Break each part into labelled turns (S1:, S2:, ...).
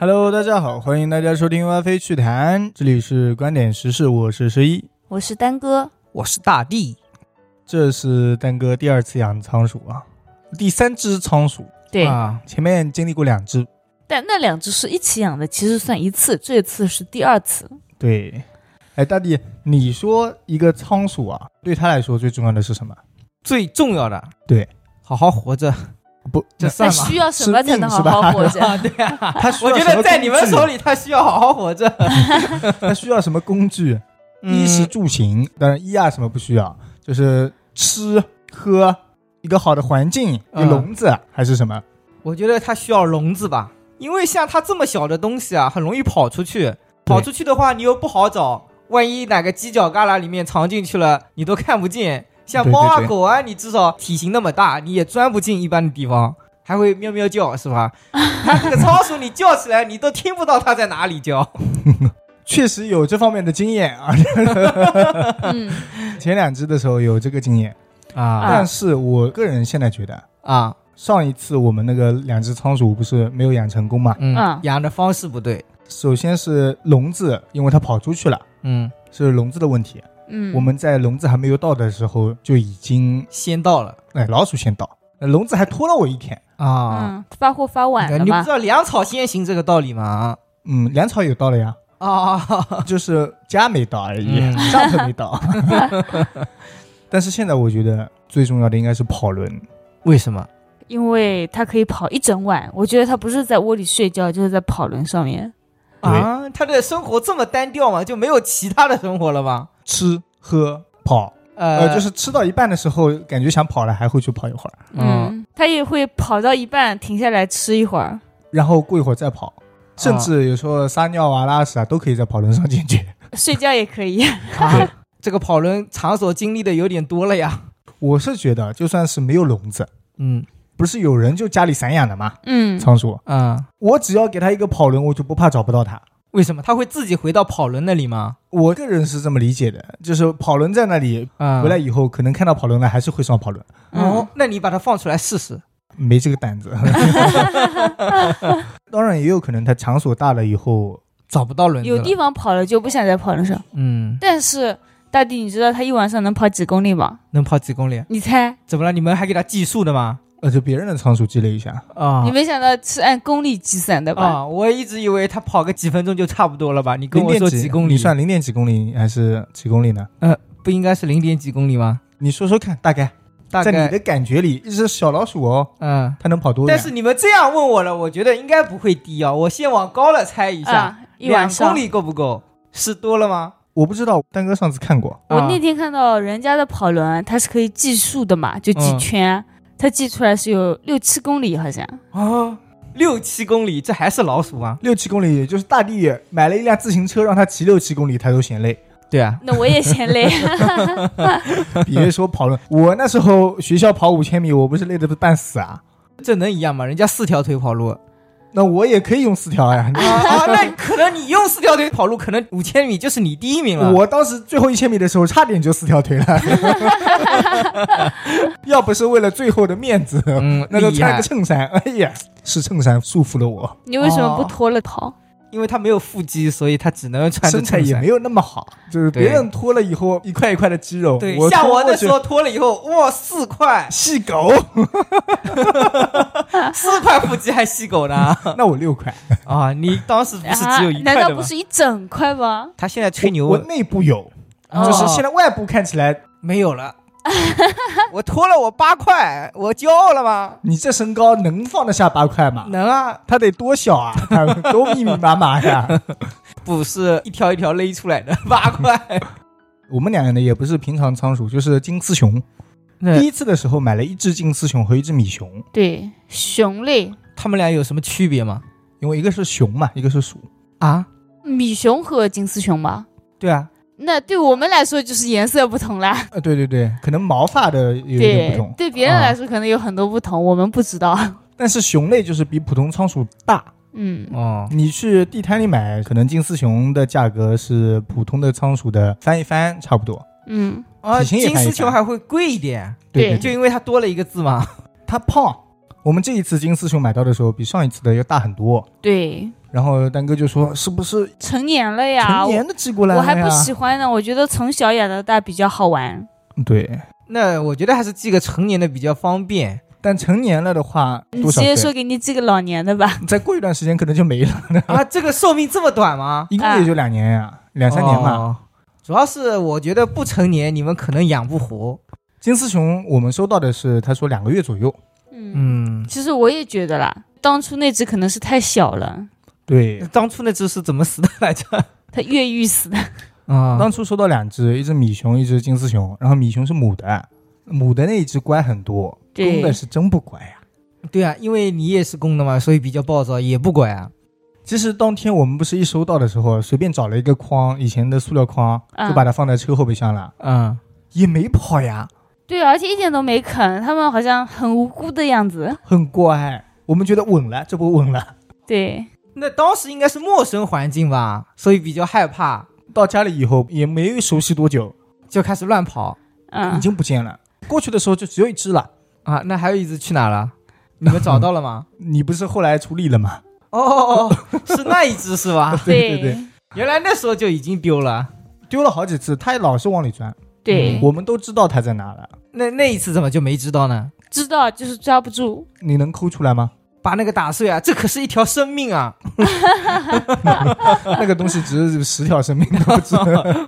S1: Hello，大家好，欢迎大家收听歪飞趣谈，这里是观点时事，我是十一，
S2: 我是丹哥，
S3: 我是大地，
S1: 这是丹哥第二次养仓鼠啊，第三只仓鼠
S2: 对，
S1: 啊，前面经历过两只，
S2: 但那两只是一起养的，其实算一次，这次是第二次。
S1: 对，哎，大地，你说一个仓鼠啊，对他来说最重要的是什么？
S3: 最重要的，
S1: 对，
S3: 好好活着，
S1: 不，
S3: 这
S2: 那
S3: 算吗
S2: 需？要什么才能好
S1: 是命
S2: 好活
S1: 是
S2: 着？
S3: 对 啊，
S1: 他需
S3: 我
S1: 要
S3: 觉
S1: 什么
S3: 得在你们
S1: 工具
S3: 手，里，他需要好好活着。
S1: 他需要什么工 具？
S3: 嗯
S1: 衣食住行，当然衣啊什么不需要，就是吃喝，一个好的环境，一个
S3: 嗯
S1: 笼子、还是什么？
S3: 我觉得它需要笼子吧，因为像它这么小的东西啊，很容易跑出去。跑出去的话，你又不好找，万一哪个犄角旮旯里面藏进去了，你都看不见。像
S1: 对对
S3: 猫啊
S1: 对
S3: 狗啊，你至少体型那么大，你也钻不进一般的地方，还会喵喵叫，是 吧？它这个仓鼠，你叫起来，你都听不到它在哪里叫。
S1: 确实有这方面的经验啊，
S2: 嗯，
S1: 前两只的时候有这个经验，
S3: 啊
S1: 但是我个人现在觉得，
S3: 啊，
S1: 上一次我们那个两只仓鼠不是没有养成功嘛？
S2: 嗯
S3: 嗯，养的方式不对。
S1: 首先是笼子，因为它跑出去了，
S3: 嗯，
S1: 是笼子的问题。
S2: 嗯
S1: 我们在笼子还没有到的时候，就已经
S3: 先到了
S1: 哎老鼠先到，那笼子还拖了我一天。
S3: 啊。
S2: 嗯发货发晚了
S3: 你不
S2: 嘛
S3: 知，道粮草先行这个道理吗？
S1: 嗯，粮草也到了呀，
S3: 啊，
S1: 就是家没到而已，
S3: 嗯
S1: 帐篷没到。但是现在我觉得最重要的应该是跑轮，
S3: 为什么？
S2: 因为它可以跑一整晚。我觉得它不是在窝里睡觉，就是在跑轮上面。
S1: 对
S3: 啊，他的生活这么单调吗？就没有其他的生活了吗？
S1: 吃喝跑，
S3: 呃
S1: 呃，就是吃到一半的时候，感觉想跑了，还会去跑一会儿，
S3: 嗯，
S2: 嗯，它也会跑到一半停下来吃一会儿，
S1: 然后过一会儿再
S3: 啊
S1: 跑，甚至有时候撒尿啊、拉屎啊都可以在跑轮上解决。
S2: 睡觉也可以。
S3: 啊这个跑轮场所经历的有点多了呀。
S1: 我是觉得，就算是没有笼子，
S3: 嗯
S1: 不是有人就家里散养的吗？
S2: 嗯，
S1: 仓鼠，
S3: 啊，
S1: 我只要给它一个跑轮，我就不怕找不到它。
S3: 为什么他会自己回到跑轮那里吗？
S1: 我个人是这么理解的，就是跑轮在那里，
S3: 啊，
S1: 回来。嗯以后可能看到跑轮了，还是会上跑轮，
S2: 嗯
S3: 哦，那你把它放出来试试。
S1: 没这个胆 子。当然，也有可能它场所大了以后，
S3: 找不到轮子了
S2: 有地方跑了就不想在跑轮上。
S3: 嗯，
S2: 但是大弟，你知道它一晚上能跑几公里吗？
S3: 能跑几公里？
S2: 你猜？
S3: 怎么了？你们还给他计数的吗？
S1: 呃，就别人的仓鼠积累一下，
S3: 啊
S2: 你没想到是按公里计算的吧？
S3: 啊！我一直以为他跑个几分钟就差不多了吧？你跟
S1: 零
S3: 我
S1: 点
S3: 说
S1: 几
S3: 公里？
S1: 你算零点几公里还是几公里呢？
S3: 不应该是零点几公里吗？
S1: 你说说看，大概
S3: 大
S1: 在
S3: 概
S1: 你的感觉里，一只小老鼠哦，
S3: 嗯。
S1: 它能跑多远？
S3: 但是你们这样问我了，我觉得应该不会低啊。我先往高了猜一下，
S2: 啊，一晚
S3: 两
S2: 上
S3: 公。里够不够？是多了吗？
S1: 我不知道，丹哥上次看过，
S2: 我
S3: 啊
S2: 那天看到人家的跑轮，它是可以计数的嘛，就几
S3: 嗯
S2: 圈，它计出来是有六七公里，好像。
S3: 啊，六七公里，这还是老鼠吗？
S1: 六七公里，也就是大地买了一辆自行车，让它骑六七公里，它都 嫌累，
S3: 对啊，
S2: 那我也嫌累，
S1: 别说跑了。我那时候学校跑五千米，我不是累得半死啊。
S3: 这能一样吗？人家四条腿跑 路啊
S1: 那我也可以用四条呀、
S3: 啊，那可能你用四条腿跑路，可能五千米就是你第一名了。
S1: 我当时最后一千米的时候，差点就四条 腿了，要不是为了最后的面子，
S3: 嗯，
S1: 那都
S3: 厉害
S1: 穿个 衬衫，哎呀，是衬衫束缚了我，
S2: 你为什么不脱了
S3: 哦
S2: 跑？
S3: 因为他没有腹肌，所以他只能穿着
S1: 身材
S3: 衬
S1: 也
S3: 衫
S1: 没。有那么好，就是别
S3: 对
S1: 人脱了以后一块一块的肌肉，
S3: 对，
S1: 我
S3: 像
S1: 脱
S3: 我
S1: 过
S3: 那
S1: 去
S3: 时候脱了以后，哇，四 块，
S1: 细 狗，
S3: 四块腹肌还细狗呢
S1: 那我六块，
S3: 啊！你当时不是
S2: 啊
S3: 只有一，
S2: 难
S3: 块的
S2: 道
S3: 吗
S2: 不？是一整块吗？
S3: 他现在吹牛，啊
S1: 我我内部有，
S2: 哦
S1: 就是现在外部看起来，
S3: 没有了。 我脱了我八块，我骄傲了吗？
S1: 你这身高能放得下八块吗？
S3: 能啊，
S1: 它得多小啊， 它多密密麻麻呀。
S3: 不是一条一条勒出来的八 块。
S1: 我们两个呢也不是平常仓鼠，就是金丝熊。第一次的时候买了一只金丝熊和一只米熊，
S2: 对，熊类，
S3: 他们俩有什么区别吗？
S1: 因为一个是熊嘛，一个是鼠。
S3: 啊，
S2: 米熊和金丝熊嘛。
S3: 对啊，
S2: 那对我们来说就是颜色不同啦，
S1: 呃，对对对，可能毛发的有点不
S2: 对
S1: 同，，
S2: 对别人
S3: 啊
S2: 来说可能有很多不同，我们不知道。
S1: 但是熊类就是比普通仓鼠大。
S2: 嗯，
S3: 哦，
S1: 你去地摊里买，可能金丝熊的价格是普通的仓鼠的翻一翻差不多。
S2: 嗯，
S3: 啊，
S1: 体型也
S3: 金
S1: 看一
S3: 丝
S1: 看
S3: 球还会贵一点，
S2: 对
S1: 对
S3: 就因为它多了一个字嘛。
S1: 它胖。我们这一次金丝熊买到的时候，比上一次的要大很多。
S2: 对，
S1: 然后丹哥就说：“是不是
S2: 成年了呀，
S1: 成年的寄过来
S2: 啊我
S1: 了
S2: 我
S1: 呀？”
S2: 还不喜欢呢，我觉得从小养到大比较好玩。
S1: 对，
S3: 那我觉得还是寄个成年的比较方便。
S1: 但成年了的话，
S2: 你
S1: 多
S2: 直
S1: 少
S2: 接
S1: 岁？
S2: 说给你寄个老年的 吧，
S1: 再过一段时间可能就没了，
S3: 啊，这个寿命这么短吗？
S1: 一共也就两年呀、两三年
S2: 啊
S1: 吧。
S3: 哦主要是我觉得不成年你们可能养不活。
S1: 金丝熊我们收到的是，他说两个月左右。
S2: 嗯，
S3: 嗯，
S2: 其实我也觉得啦，当初那只可能是太小了，
S1: 对，
S3: 当初那只是怎么死的来着？
S2: 它越狱死的。
S3: 啊
S1: 当初收到两只，一只米熊，一只金丝熊。然后米熊是母的，母的那一只乖很多，
S2: 对
S1: 公的是真不乖呀、
S3: 对啊，因为你也是公的嘛，所以比较暴躁，也不乖啊。
S1: 其实当天我们不是一收到的时候，随便找了一个筐，以前的塑料筐，
S2: 嗯
S1: 就把它放在车后备箱了，
S3: 嗯，
S1: 也没跑呀，
S2: 对，啊而且一点都没啃，它们好像很无辜的样子。
S1: 很乖。我们觉得稳了，这波稳了。
S2: 对，
S3: 那当时应该是陌生环境吧，所以比较害怕，
S1: 到家里以后也没熟悉多久，
S3: 就开始乱跑
S1: 已
S2: 嗯，
S1: 经不见了。过去的时候就只有一只了。
S3: 啊。那还有一只去哪 了？你们找到了吗？
S1: 你不是后来处理了吗？
S3: 哦哦哦，是那一只是 吧？
S1: 对对
S3: 原来那时候就已经丢了。
S1: 丢了好几次，它也老是往里钻。
S2: 对
S1: 嗯我们都知道它在哪了，
S3: 那那一次怎么就没知道呢？
S2: 知道就是抓不住。
S1: 你能抠出来吗？
S3: 把那个打碎啊！这可是一条生命啊！
S1: 那个东西只是十条生命都不止，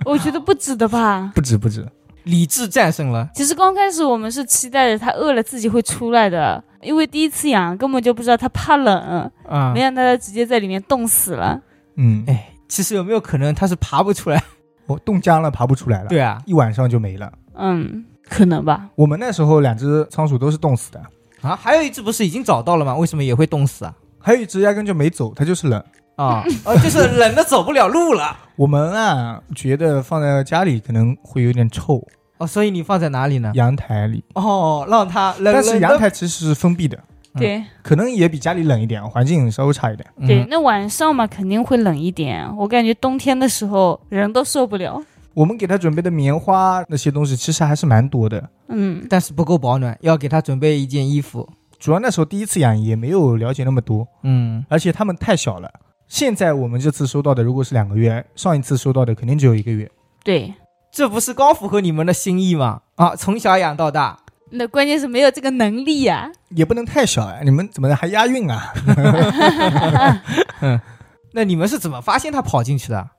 S2: 我觉得不止的吧。
S1: 不止不止。
S3: 理智战胜了。
S2: 其实刚开始我们是期待着它饿了自己会出来的，因为第一次养根本就不知道它怕冷，
S3: 啊
S2: 没想到它直接在里面冻死了。
S1: 嗯，
S3: 哎其实有没有可能它是爬不出来？
S1: 我冻僵了，爬不出来了，，
S3: 对啊，
S1: 一晚上就没了。
S2: 嗯，可能吧。
S1: 我们那时候两只仓鼠都是冻死的，
S3: 啊，还有一只不是已经找到了吗？为什么也会冻死啊？
S1: 还有一只压根就没走，它就是冷。
S3: 啊， 哦，就是冷的走不了路了。
S1: 我们啊，觉得放在家里可能会有点臭，
S3: 哦，所以你放在哪里呢？
S1: 阳台里，
S3: 哦，让它冷。
S1: 但是
S3: 冷
S1: 阳
S3: 的
S1: 台其实是封闭的，
S3: 嗯
S2: 对、
S1: 可能也比家里冷一点，环境稍微差一点。
S2: 对，
S3: 嗯
S2: 那晚上嘛肯定会冷一点，我感觉冬天的时候人都受不了。
S1: 我们给它准备的棉花那些东西其实还是蛮多的，
S2: 嗯，
S3: 但是不够保暖，要给它准备一件衣服。
S1: 主要那时候第一次养也没有了解那么多，
S3: 嗯，
S1: 而且它们太小了。现在我们这次收到的如果是两个月，上一次收到的肯定只有一个月。
S2: 对。
S3: 这不是刚符合你们的心意吗？啊，从小养到大，
S2: 那关键是没有这个能力呀、
S1: 也不能太小哎，你们怎么还押韵啊？
S3: 那你们是怎么发现它跑进去的？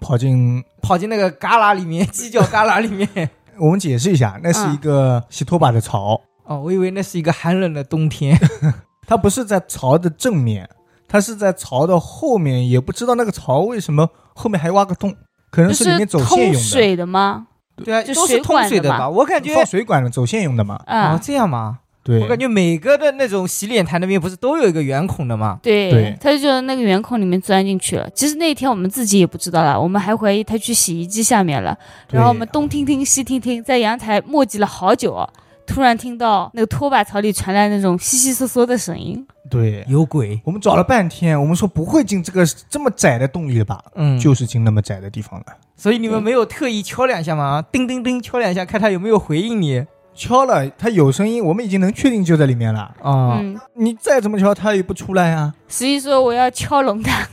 S1: 跑进
S3: 跑进那个旮旯里面，犄角旮旯里面。
S1: 我们解释一下，那是一
S2: 嗯
S1: 个洗拖把的槽，
S3: 哦，我以为那是一个寒冷的冬天。
S1: 它不是在槽的正面，它是在槽的后面，也不知道那个槽为什么后面还挖个洞，可能
S2: 不
S1: 里面走线
S2: 通
S1: 用的，
S2: 水的吗？
S3: 对啊，
S2: 就
S3: 都是
S2: 水
S3: 通
S2: 管
S3: 水
S2: 的
S3: 吧？
S2: 吧
S3: 我感觉
S1: 放水管的走线用的嘛。
S2: 啊，
S3: 哦，这样吗？
S1: 对，
S3: 我感觉每个的那种洗脸台那边不是都有一个圆孔的吗？
S2: 对，
S1: 对
S2: 他就从那个圆孔里面钻进去了。其实那一天我们自己也不知道了，我们还怀疑他去洗衣机下面了。
S1: 对
S2: 然后我们东听听西听听，在阳台磨叽了好久哦，突然听到那个拖把槽里传来那种窸窸窣窣的声音。
S1: 对，
S3: 有鬼，
S1: 我们找了半天，我们说不会进这个这么窄的洞里了吧？
S3: 嗯，
S1: 就是进那么窄的地方了。
S3: 所以你们没有特意敲两下吗？叮叮叮，敲两下，看他有没有回应你
S1: 敲了，它有声音，我们已经能确定就在里面了。
S3: 啊？
S2: 嗯，
S1: 你再怎么敲，它也不出来啊。
S2: 十一说我要敲聋他，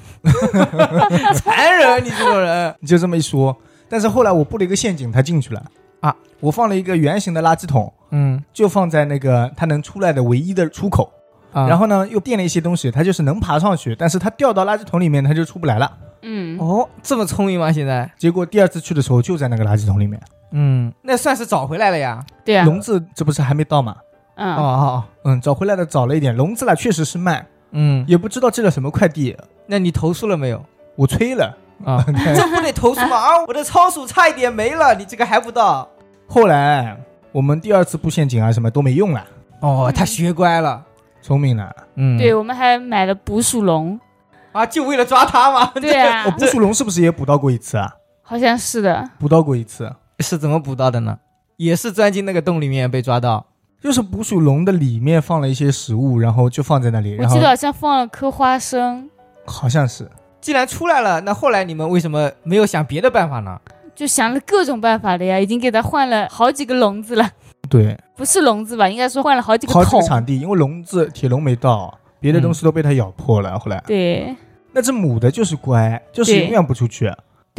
S3: 残忍，哎你这种人
S1: 你就这么一说，但是后来我布了一个陷阱，它进去了
S3: 啊。
S1: 我放了一个圆形的垃圾桶，
S3: 嗯
S1: 就放在那个它能出来的唯一的出口。
S3: 啊
S1: 然后呢，又垫了一些东西，它就是能爬上去，但是它掉到垃圾桶里面，它就出不来了。
S2: 嗯，
S3: 哦，这么聪明吗？现在？
S1: 结果第二次去的时候，就在那个垃圾桶里面。
S3: 嗯，那算是找回来了呀。
S2: 对啊，
S1: 笼子这不是还没到吗？
S3: 哦
S2: 嗯，
S3: 哦，哦
S1: 嗯，找回来的早了一点，笼子啦确实是慢，
S3: 嗯，
S1: 也不知道寄了什么快递，
S3: 那你投诉了没有？
S1: 我催了。
S3: 啊，这不得投诉吗？啊，我的仓鼠差一点没了，你这个还不到。
S1: 后来我们第二次布陷阱啊，什么都没用了，
S3: 哦，他学乖了。
S1: 聪明啊了。
S3: 嗯
S2: 嗯对，我们还买了捕鼠笼，
S3: 啊，就为了抓它吗？
S2: 对啊
S1: 哦，，捕鼠笼是不是也捕到过一次啊？
S2: 好像是的，
S1: 捕到过一次，
S3: 是怎么捕到的呢？也是钻进那个洞里面被抓到。
S1: 就是捕鼠笼的里面放了一些食物，然后就放在那里，
S2: 我
S1: 然后
S2: 记得好像放了颗花生，
S1: 好像是
S3: 既然出来了，那后来你们为什么没有想别的办法呢？
S2: 就想了各种办法了呀，已经给它换了好几个笼子了。
S1: 对，
S2: 不是笼子吧？应该说换了好几个
S1: 好
S2: 桶。
S1: 几个场地，因为笼子铁笼没到，别的东西都被它咬破了。后来
S2: 对，
S1: 那只母的就是乖，就是
S2: 对
S1: 永远不出去，都已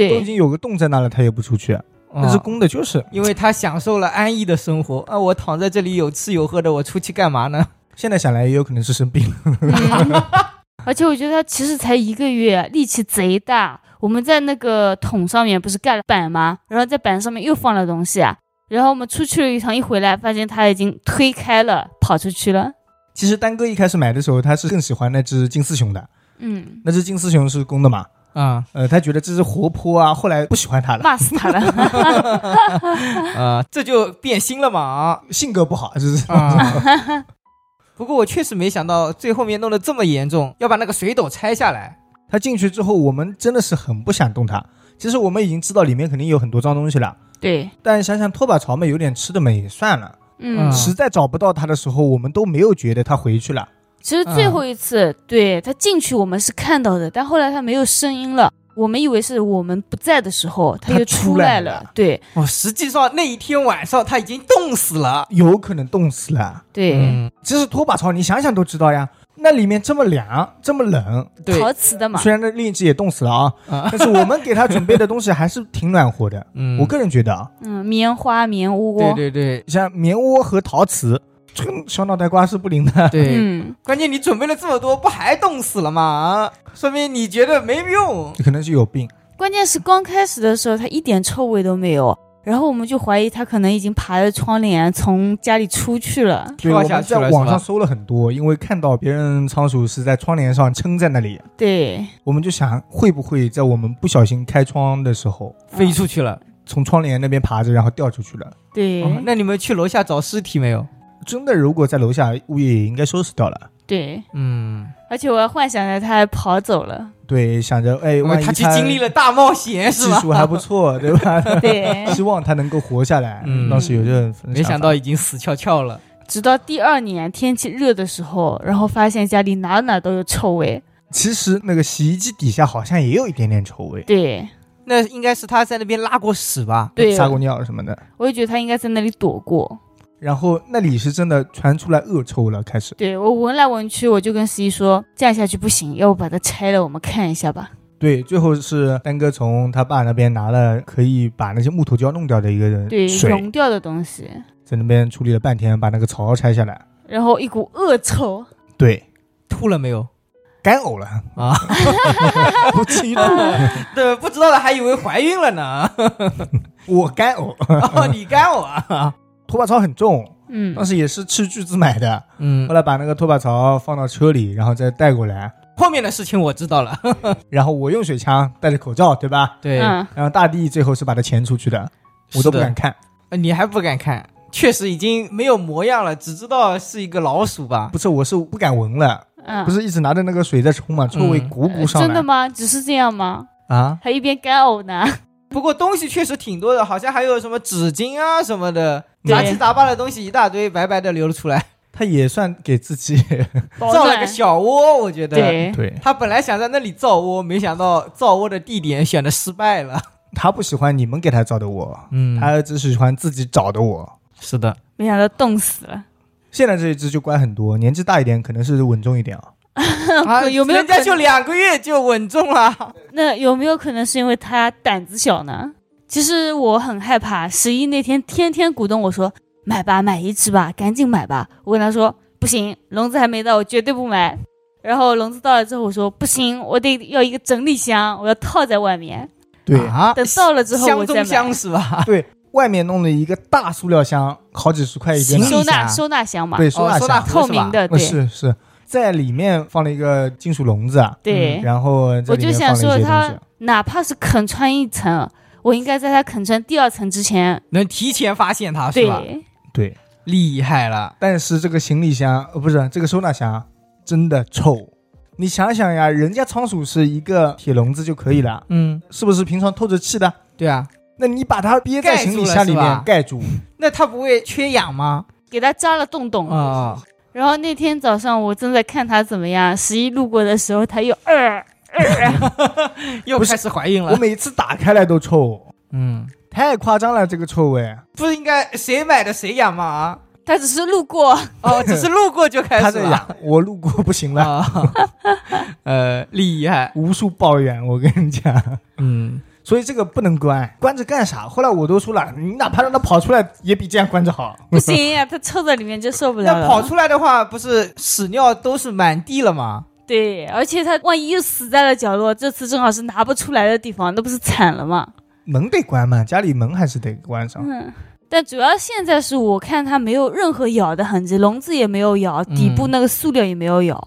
S2: 对，啊
S1: 经有个洞在那了，它也不出去。那只
S3: 是
S1: 公的就是
S3: 因为他享受了安逸的生活啊！我躺在这里有吃有喝的，我出去干嘛呢？
S1: 现在想来也有可能是生病 了。
S2: 嗯 而且我觉得它其实才一个月，力气贼大。我们在那个桶上面不是盖了板吗？然后在板上面又放了东西啊。然后我们出去了一趟，一回来发现它已经推开了，跑出去了。
S1: 其实丹哥一开始买的时候，他是更喜欢那只金丝熊的，
S2: 嗯，
S1: 那只金丝熊是公的嘛，
S3: 啊
S1: 呃，他觉得这只活泼啊，后来不喜欢它了，
S2: 骂死它了。
S3: 啊，这就变心了嘛啊！
S1: 性格不好，就是
S3: 啊 不过我确实没想到最后面弄得这么严重，要把那个水斗拆下来。
S1: 他进去之后，我们真的是很不想动它。其实我们已经知道里面肯定有很多脏东西了，
S2: 对，
S1: 但想想拖把槽嘛，有点吃的嘛也算了。
S2: 嗯
S3: 啊，
S1: 实在找不到它的时候，我们都没有觉得它回去了。
S2: 其实最
S3: 嗯
S2: 后一次，对他进去我们是看到的，但后来他没有声音了，我们以为是我们不在的时候他
S1: 它
S2: 又
S1: 出
S2: 出
S1: 来
S2: 来
S1: 了
S2: 了。对
S3: 哦，实际上那一天晚上他已经冻死了。
S1: 有可能冻死了。
S3: 嗯
S2: 对，，
S1: 其实拖把槽，你想想都知道呀，那里面这么凉，这么冷，
S3: 对，
S2: 陶瓷的嘛，嗯
S1: 虽然那另一只也冻死了啊，
S3: 啊
S1: 但是我们给它准备的东西还是挺暖和的。
S3: 嗯
S1: 我个人觉得啊，
S2: 嗯，棉花、棉窝，
S3: 对对对
S1: 像棉窝和陶瓷，这个小脑袋瓜是不灵的。
S3: 对，
S2: 嗯，
S3: 关键你准备了这么多，不还冻死了吗？啊，说明你觉得没用。
S1: 可能是有病，
S2: 关键是刚开始的时候，它一点臭味都没有，然后我们就怀疑它可能已经爬着窗帘从家里出去了。
S1: 对，
S3: 跳
S1: 我
S3: 下
S1: 们
S3: 去
S1: 在
S3: 了是吧
S1: 网上搜了很多，因为看到别人仓鼠是在窗帘上撑在那里，
S2: 对，
S1: 我们就想会不会在我们不小心开窗的时候，
S3: 飞出去了、
S1: 从窗帘那边爬着，然后掉出去了。
S2: 对、
S3: 哦那你们去楼下找尸体没有？
S1: 真的，如果在楼下，物业也应该收拾掉了。
S2: 对，
S3: 嗯，
S2: 而且我还幻想着它还跑走了。
S1: 对，想着哎，万一
S3: 他去经历了大冒险是
S1: 技
S3: 吧？
S1: 术还 不错， 对吧？
S2: 对，
S1: 希望他能够活下来。
S3: 嗯
S1: 当时有这种
S3: 没想
S1: 想
S3: 到已经死翘翘了。
S2: 直到第二年天气热的时候，然后发现家里哪哪都有臭味。
S1: 法，其实那个洗衣机底下好像也有一点点臭味，
S2: 对
S3: 那应该是他在那边拉过屎吧？
S2: 对，
S1: 撒过尿什么的。
S2: 我也觉得他应该在那里躲过。
S1: 然后那里是真的传出来恶臭了，开始
S2: 对我闻来闻去，我就跟十一说，这样下去不行，要不把它拆了，我们看一下吧。
S1: 对，最后是丹哥从他爸那边拿了可以把那些木头胶弄掉的一个
S2: 对，
S1: 嗯水，
S2: 溶掉的东西，
S1: 在那边处理了半天，把那个槽拆下来。
S2: 然后一股恶 臭。
S1: 对，
S3: 吐了没有？
S1: 干呕了，
S3: 啊，
S1: 不至于吐，
S3: 对，不知道的还以为怀孕了 呢。
S1: 我干呕。
S3: 哦，你干我啊？
S1: 拖把槽很重，
S2: 嗯，
S1: 当时也是斥巨资买的，
S3: 嗯
S1: 后，来把那个拖把槽放到车里，然后再带过来，
S3: 后面的事情我知 道了。
S1: 然后我用水枪，戴着口罩，对吧？
S3: 对
S2: 嗯，
S1: 然后大地最后是把它潜出去的，我都不敢看，
S3: 呃你还不敢看，确实已经没有模样了，只知道是一个老鼠吧？
S1: 不是，我是不敢闻了，
S2: 嗯，呃
S1: 不是一直拿着那个水在冲嘛，臭味
S3: 嗯
S1: 鼓鼓上来。
S2: 真的吗？只是这样吗？
S1: 啊，
S2: 还一边干 呕呢。
S3: 不过东西确实挺多的，好像还有什么纸巾啊什么的，
S2: 对
S3: 杂七杂八的东西一大堆，白白的流了出来，
S1: 他也算给自 己
S2: 保
S3: 造了
S2: 暖
S3: 个小窝。我觉得，
S2: 对，
S1: 对
S3: 他本来想在那里造窝，没想到造窝的地点选的失败了。
S1: 他不喜欢你们给他找的我，
S3: 嗯
S1: 他只喜欢自己找的我。
S3: 是 的，
S2: 没想到冻死了。
S1: 现在这一只就乖很多，年纪大一点可能是稳重一点啊。
S3: 啊，
S2: 有没有
S3: 人家
S2: 可能
S3: 就两个月就稳重了？
S2: 那有没有可能是因为他胆子小呢？其实我很害怕，十一那天天天鼓动我说买吧，买一只吧，赶紧买吧。我跟他说不行，笼子还没到，我绝对不买。然后笼子到了之后，我说不行，我得要一个整理箱，我要套在外面。
S1: 对，
S3: 啊，
S2: 等到了之后我
S3: 箱
S2: 再
S3: 中箱
S2: 买。
S3: 是吧？
S1: 对，外面弄了一个大塑料箱，好几十块一个
S3: 行李
S2: 收纳
S1: 箱
S2: 收纳箱嘛，
S1: 对，收
S3: 哦
S1: 纳
S3: 收纳
S1: 箱。
S3: 盒
S2: 透
S3: 是吧
S2: 明的，
S1: 呃
S2: 对
S1: 是是，在里面放了一个金属笼子，啊
S2: 对。
S1: 然后在
S2: 我
S1: 里
S2: 就
S1: 面放
S2: 想
S1: 了一些
S2: 说，
S1: 东
S2: 他
S1: 西。
S2: 哪怕是肯穿一层，我应该在他肯穿第二层之前，
S3: 能提前发现
S1: 啊
S3: 它是吧？
S2: 对，
S1: 对，
S3: 厉害了，
S1: 但是这个行李箱呃不是这个收纳箱真的臭。你想想呀，人家仓鼠是一个铁笼子就可以了，
S3: 嗯，
S1: 是不是平常透着气的？
S3: 对啊，
S1: 那你把它憋在
S3: 盖住
S1: 行李
S3: 了
S1: 箱
S3: 是
S1: 里面
S3: 吧
S1: 盖住，
S3: 那它不会缺氧吗？
S2: 给他扎了洞洞。
S1: 哦
S3: 啊，
S2: 然后那天早上我正在看他怎么样，十一路过的时候他又呃，
S3: 又开始怀孕
S1: 我
S3: 了，
S1: 每次打开来都臭，嗯
S3: 嗯，
S1: 太夸张了，这个臭味。
S3: 不是应该谁买的谁养吗？啊，
S2: 他只是路 过，
S3: 哦，只是路过就开
S1: 他
S3: 始
S1: 在
S3: 了。
S1: 养，我路过不行了，
S3: 啊， 呃，厉害，
S1: 无数抱怨，我跟你讲，
S3: 嗯，
S1: 所以这个不能关，关着干啥？后来我都说了，你哪怕让他跑出来，也比这样关着好。
S2: 不行呀、他臭在里面就受不了
S3: 那
S2: 了。
S3: 跑出来的话，不是屎尿都是满地了吗？
S2: 对，而且他万一又死在了角落，这次正好是拿不出来的地方，那不是惨了吗？
S1: 门得关嘛，家里门还是得关上。
S2: 嗯，但主要现在是我看他没有任何咬的痕迹，笼子也没有咬，
S3: 嗯
S2: 底部那个塑料也没有咬。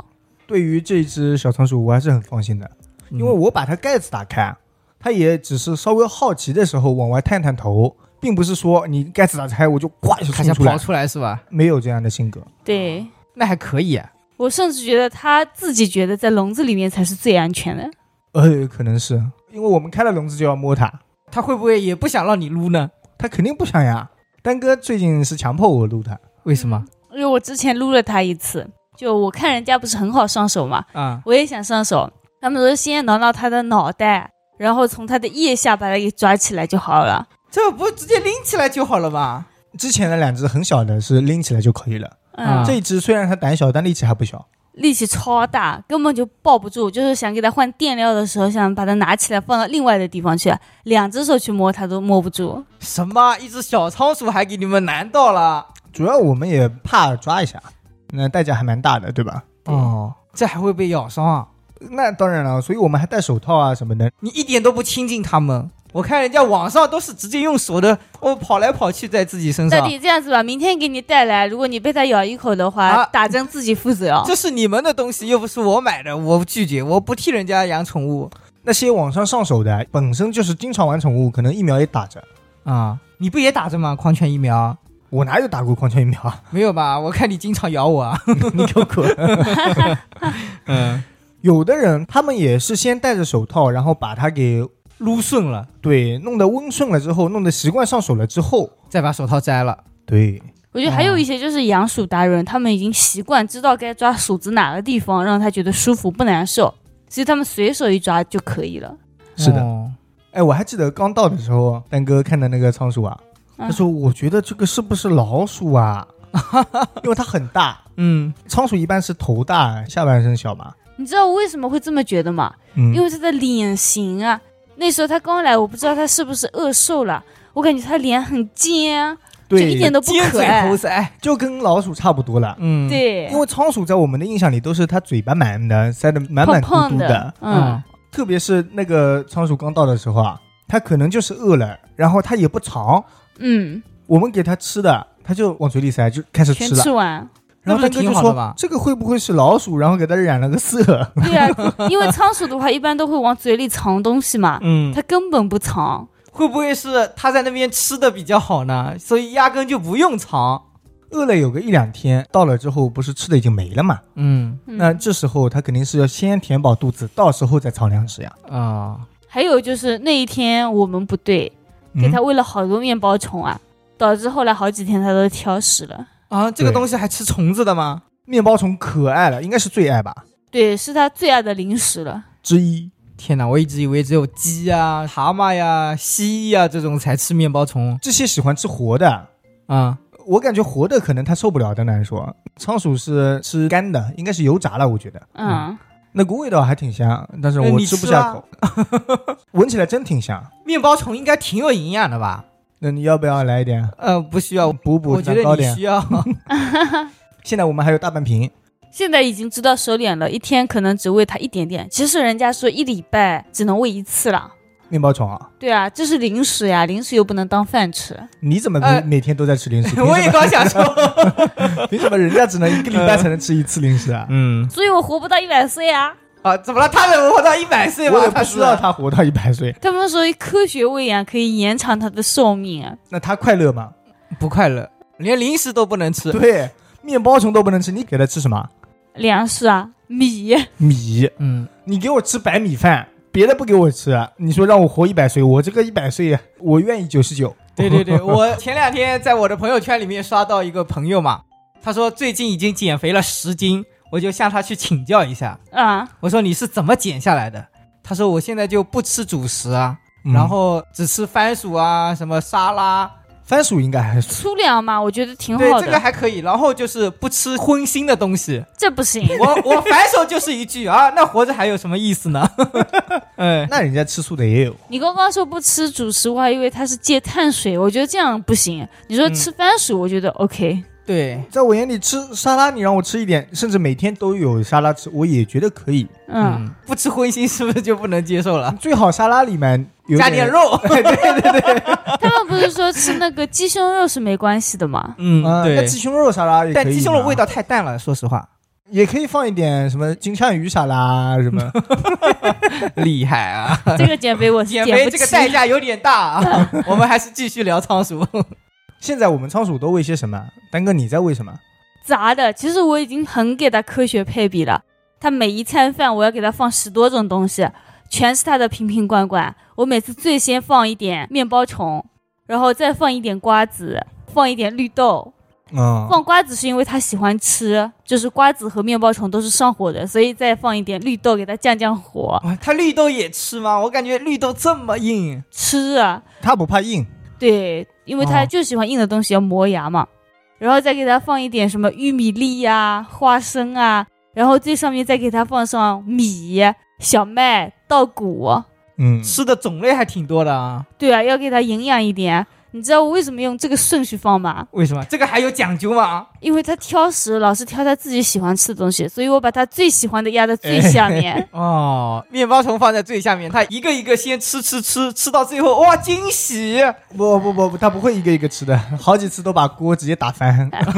S1: 对于这只小仓鼠，我还是很放心的，因为我把它盖子打开，它也只是稍微好奇的时候往外探探头，并不是说你盖子打开我就呱 就
S3: 他
S1: 冲
S3: 想
S1: 出
S3: 跑
S1: 来，
S3: 出来是吧？
S1: 没有这样的性
S3: 嗯
S1: 格。
S2: 对
S3: 那还可以，啊
S2: 我甚至觉得他自己觉得在笼子里面才是最安全的。
S1: 呃，可能是因为我们开了笼子就要摸它，
S3: 他会不会也不想让你撸呢？
S1: 它肯定不想呀。丹哥最近是强迫我撸它，
S3: 为什么？
S2: 因为我之前撸了他一次，就我看人家不是很好上手嘛，
S3: 啊？
S2: 我也想上手。他们说先挠挠他的脑袋，然后从他的腋下把他给抓起来就好了。
S3: 这不直接拎起来就好了吗？
S1: 之前的两只很小的是拎起来就可以了，
S2: 嗯，
S3: 啊
S1: 这只虽然它胆小，但力气还不小。
S2: 力气超大，根本就抱不住。就是想给它换垫料的时候，想把它拿起来放到另外的地方去，两只手去摸它都摸不住。
S3: 什么？一只小仓鼠还给你们难到了？
S1: 主要我们也怕抓一下，那代价还蛮大的，对吧？
S3: 哦，这还会被咬伤啊？
S1: 那当然了，所以我们还戴手套啊什么的。
S3: 你一点都不亲近它们。我看人家网上都是直接用手的，哦，跑来跑去在自己身
S2: 到
S3: 上。
S2: 底这样子吧，明天给你带来，如果你被它咬一口的话，
S3: 啊
S2: 打针自己负责。
S3: 这是你们的东西，又不是我买的，我拒绝，我不替人家养宠物
S1: 那些网上上手的，本身就是经常玩宠物，可能疫苗也打着。
S3: 啊！你不也打着吗？狂犬疫苗
S1: 我哪有打过狂犬疫苗啊？
S3: 没有吧？我看你经常咬我啊。
S1: 你给我滚！
S3: 嗯，
S1: 有的人他们也是先戴着手套，然后把它给
S3: 撸顺了，
S1: 对弄得温顺了之后，弄得习惯上手了之后，
S3: 再把手套摘了。
S1: 对，
S2: 我觉得还有一些就是养鼠达人，他们已经习惯知道该抓鼠子哪个地方，让它觉得舒服不难受，所以他们随手一抓就可以了。
S1: 是的。
S3: 哦
S1: 哎，我还记得刚到的时候，丹哥看的那个仓鼠啊，
S2: 嗯
S1: 他说：“我觉得这个是不是老鼠啊？ 因为它很大，
S3: 嗯，
S1: 仓鼠一般是头大，下半身小嘛。
S2: 你知道我为什么会这么觉得吗？
S1: 嗯，
S2: 因为他的脸型啊，那时候他刚来，我不知道他是不是饿瘦了，我感觉他脸很尖啊，就
S1: 对，
S2: 一点都不
S3: 尖
S2: 可
S3: 嘴
S2: 爱
S3: 猴。腮。
S1: 就跟老鼠差不多了。
S3: 嗯，，
S2: 对
S1: 因，为仓鼠在我们的印象里都是它嘴巴满的，塞得满满
S2: 胖
S1: 嘟嘟
S2: 胖嗯，
S1: 特别是那个仓鼠刚到的时候啊，它可能就是饿了，然后它也不尝，
S2: 嗯，
S1: 我们给它吃的，它就往嘴里塞，就开始
S2: 全
S1: 吃了。
S2: 吃完。
S1: 然后
S3: 那
S1: 它哥
S3: 不是
S1: 就
S3: 挺好的
S1: 说
S3: 吗：“
S1: 这个会不会是老鼠？”然后给它染了个色。
S2: 对啊， 因为仓鼠的话一般都会往嘴里藏东西嘛，
S3: 嗯，
S2: 它根本不藏。
S3: 会不会是他在那边吃的比较好呢？所以压根就不用藏。
S1: 饿了有个一两天，到了之后不是吃的已经没了嘛？
S3: 嗯
S2: 嗯
S1: 那这时候它肯定是要先填饱肚子，到时候再藏粮食呀。
S3: 啊，
S2: 还有就是那一天我们不对，给
S1: 嗯
S2: 它喂了好多面包虫啊，导致后来好几天它都挑食了。
S3: 啊，这个
S1: 对
S3: 东西还吃虫子的吗？
S1: 面包虫可爱了，应该是最爱吧
S2: 对，是它最爱的零食了。
S1: 之一。
S3: 天哪，我一直以为只有鸡呀、蛤蟆呀、蜥蜴呀这种才吃面包虫
S1: 这些喜欢吃活的，
S3: 啊。
S1: 我感觉活的可能它受不了的难说。仓鼠是吃干的，应该是油炸了，我觉得
S2: 嗯，
S1: 那个味道还挺香，但是
S3: 呃
S1: 我
S3: 你
S1: 吃不
S3: 吃
S1: 下
S3: 啊
S1: 口， 闻起来真挺香。
S3: 面包虫应该挺有营养的吧？
S1: 那你要不要来一点？
S3: 呃，不需要，
S1: 补补
S3: 我觉
S1: 长高
S3: 得你
S1: 点
S3: 需。要。
S1: 现在我们还有大半瓶，
S2: 现在已经知道收敛了，一天可能只喂它一点点。其实人家说一礼拜只能喂一次了。
S1: 面包虫啊，
S2: 对啊，这是零食呀，零食又不能当饭吃。
S1: 你怎么每、
S3: 哎
S1: 每天都在吃零 食？凭
S3: 我
S1: 什
S3: 也
S1: 么
S3: 刚想说，
S1: 凭什么人家只能一个礼拜才能吃一次零食啊？
S3: 嗯，
S2: 所以我活不到一百岁啊！
S3: 啊，怎么了？他能活到一百岁吗？
S1: 我也
S3: 他
S1: 不
S3: 是
S1: 知道他活到一百岁，
S2: 他们说科学喂养可以延长它的寿命啊。
S1: 那他快乐吗？
S3: 不快乐，连零食都不能吃。
S1: 对，面包虫都不能吃，你给他吃什么？
S2: 粮食啊，米，
S1: 米。
S3: 嗯，
S1: 你给我吃白米饭，别的不给我吃，你说让我活一百岁，我这个一百岁，我愿意九十九。
S3: 对对对，我前两天在我的朋友圈里面刷到一个朋友嘛，他说最近已经减肥了十斤，我就向他去请教一下。
S2: 啊，
S3: 我说你是怎么减下来的？他说我现在就不吃主食啊，
S1: 嗯
S3: 然后只吃番薯啊，什么沙拉、
S1: 番薯应该还是
S2: 粗粮嘛，我觉得挺
S3: 对
S2: 好，的。
S3: 这个还可以。然后就是不吃荤腥的东西。
S2: 这不行，
S3: 我 我反手就是一句啊，那活着还有什么意思呢？ 哎，
S1: 那人家吃素的也有，
S2: 你刚刚说不吃主食，我还以为他是戒碳水，我觉得这样不行。你说
S3: 嗯
S2: 吃番薯，我觉得 OK。
S3: 对，
S1: 在我眼里吃沙拉，你让我吃一点，甚至每天都有沙拉吃，我也觉得可以。
S2: 嗯，，
S3: 不吃荤腥是不是就不能接受了？
S1: 最好沙拉里面有
S3: 加点，肉，
S2: 他们不是说吃那个鸡胸肉是没关系的吗？
S1: 嗯，
S3: 嗯
S1: 那
S3: 对。
S1: 鸡胸肉沙拉也可以嘛，
S3: 但鸡胸肉味道太淡了，说实话。
S1: 也可以放一点什么金枪鱼沙拉什 么。
S3: 厉害啊！
S2: 这个减肥我是
S3: 减
S2: 减
S3: 肥
S2: 不
S3: 这个
S2: 起。
S3: 代价有点大 啊。我们还是继续聊仓鼠。
S1: 现在我们仓鼠都喂些什么？丹哥你在喂什么？
S2: 杂的，其实我已经很给他科学配比了。他每一餐饭我要给他放十多种东西，全是他的瓶瓶罐罐。我每次最先放一点面包虫，然后再放一点瓜子，放一点绿豆。
S1: 嗯，
S2: 放瓜子是因为他喜欢吃，就是瓜子和面包虫都是上火的，所以再放一点绿豆给他降降火。
S3: 哇，他绿豆也吃吗？我感觉绿豆这么硬，
S2: 吃啊，
S1: 它不怕硬，
S2: 对，因为
S3: 哦
S2: 他就喜欢硬的东西，要磨牙嘛。然后再给他放一点什么玉米粒呀、花生啊，然后最上面再给他放上米、小麦、稻谷。啊
S1: 嗯，
S3: 吃的种类还挺多的啊。
S2: 对啊，要给他营养一点。你知道我为什么用这个顺序放吗？
S3: 为什么这个还有讲究吗？。
S2: 因为他挑食，老是挑他自己喜欢吃的东西，所以我把他最喜欢的压在最下面
S3: 哦，面包虫放在最下面，他一个一个先吃吃吃，吃到最后哇惊喜！
S1: 不不不，它不会一个一个吃的， 好几次都把锅直接打翻，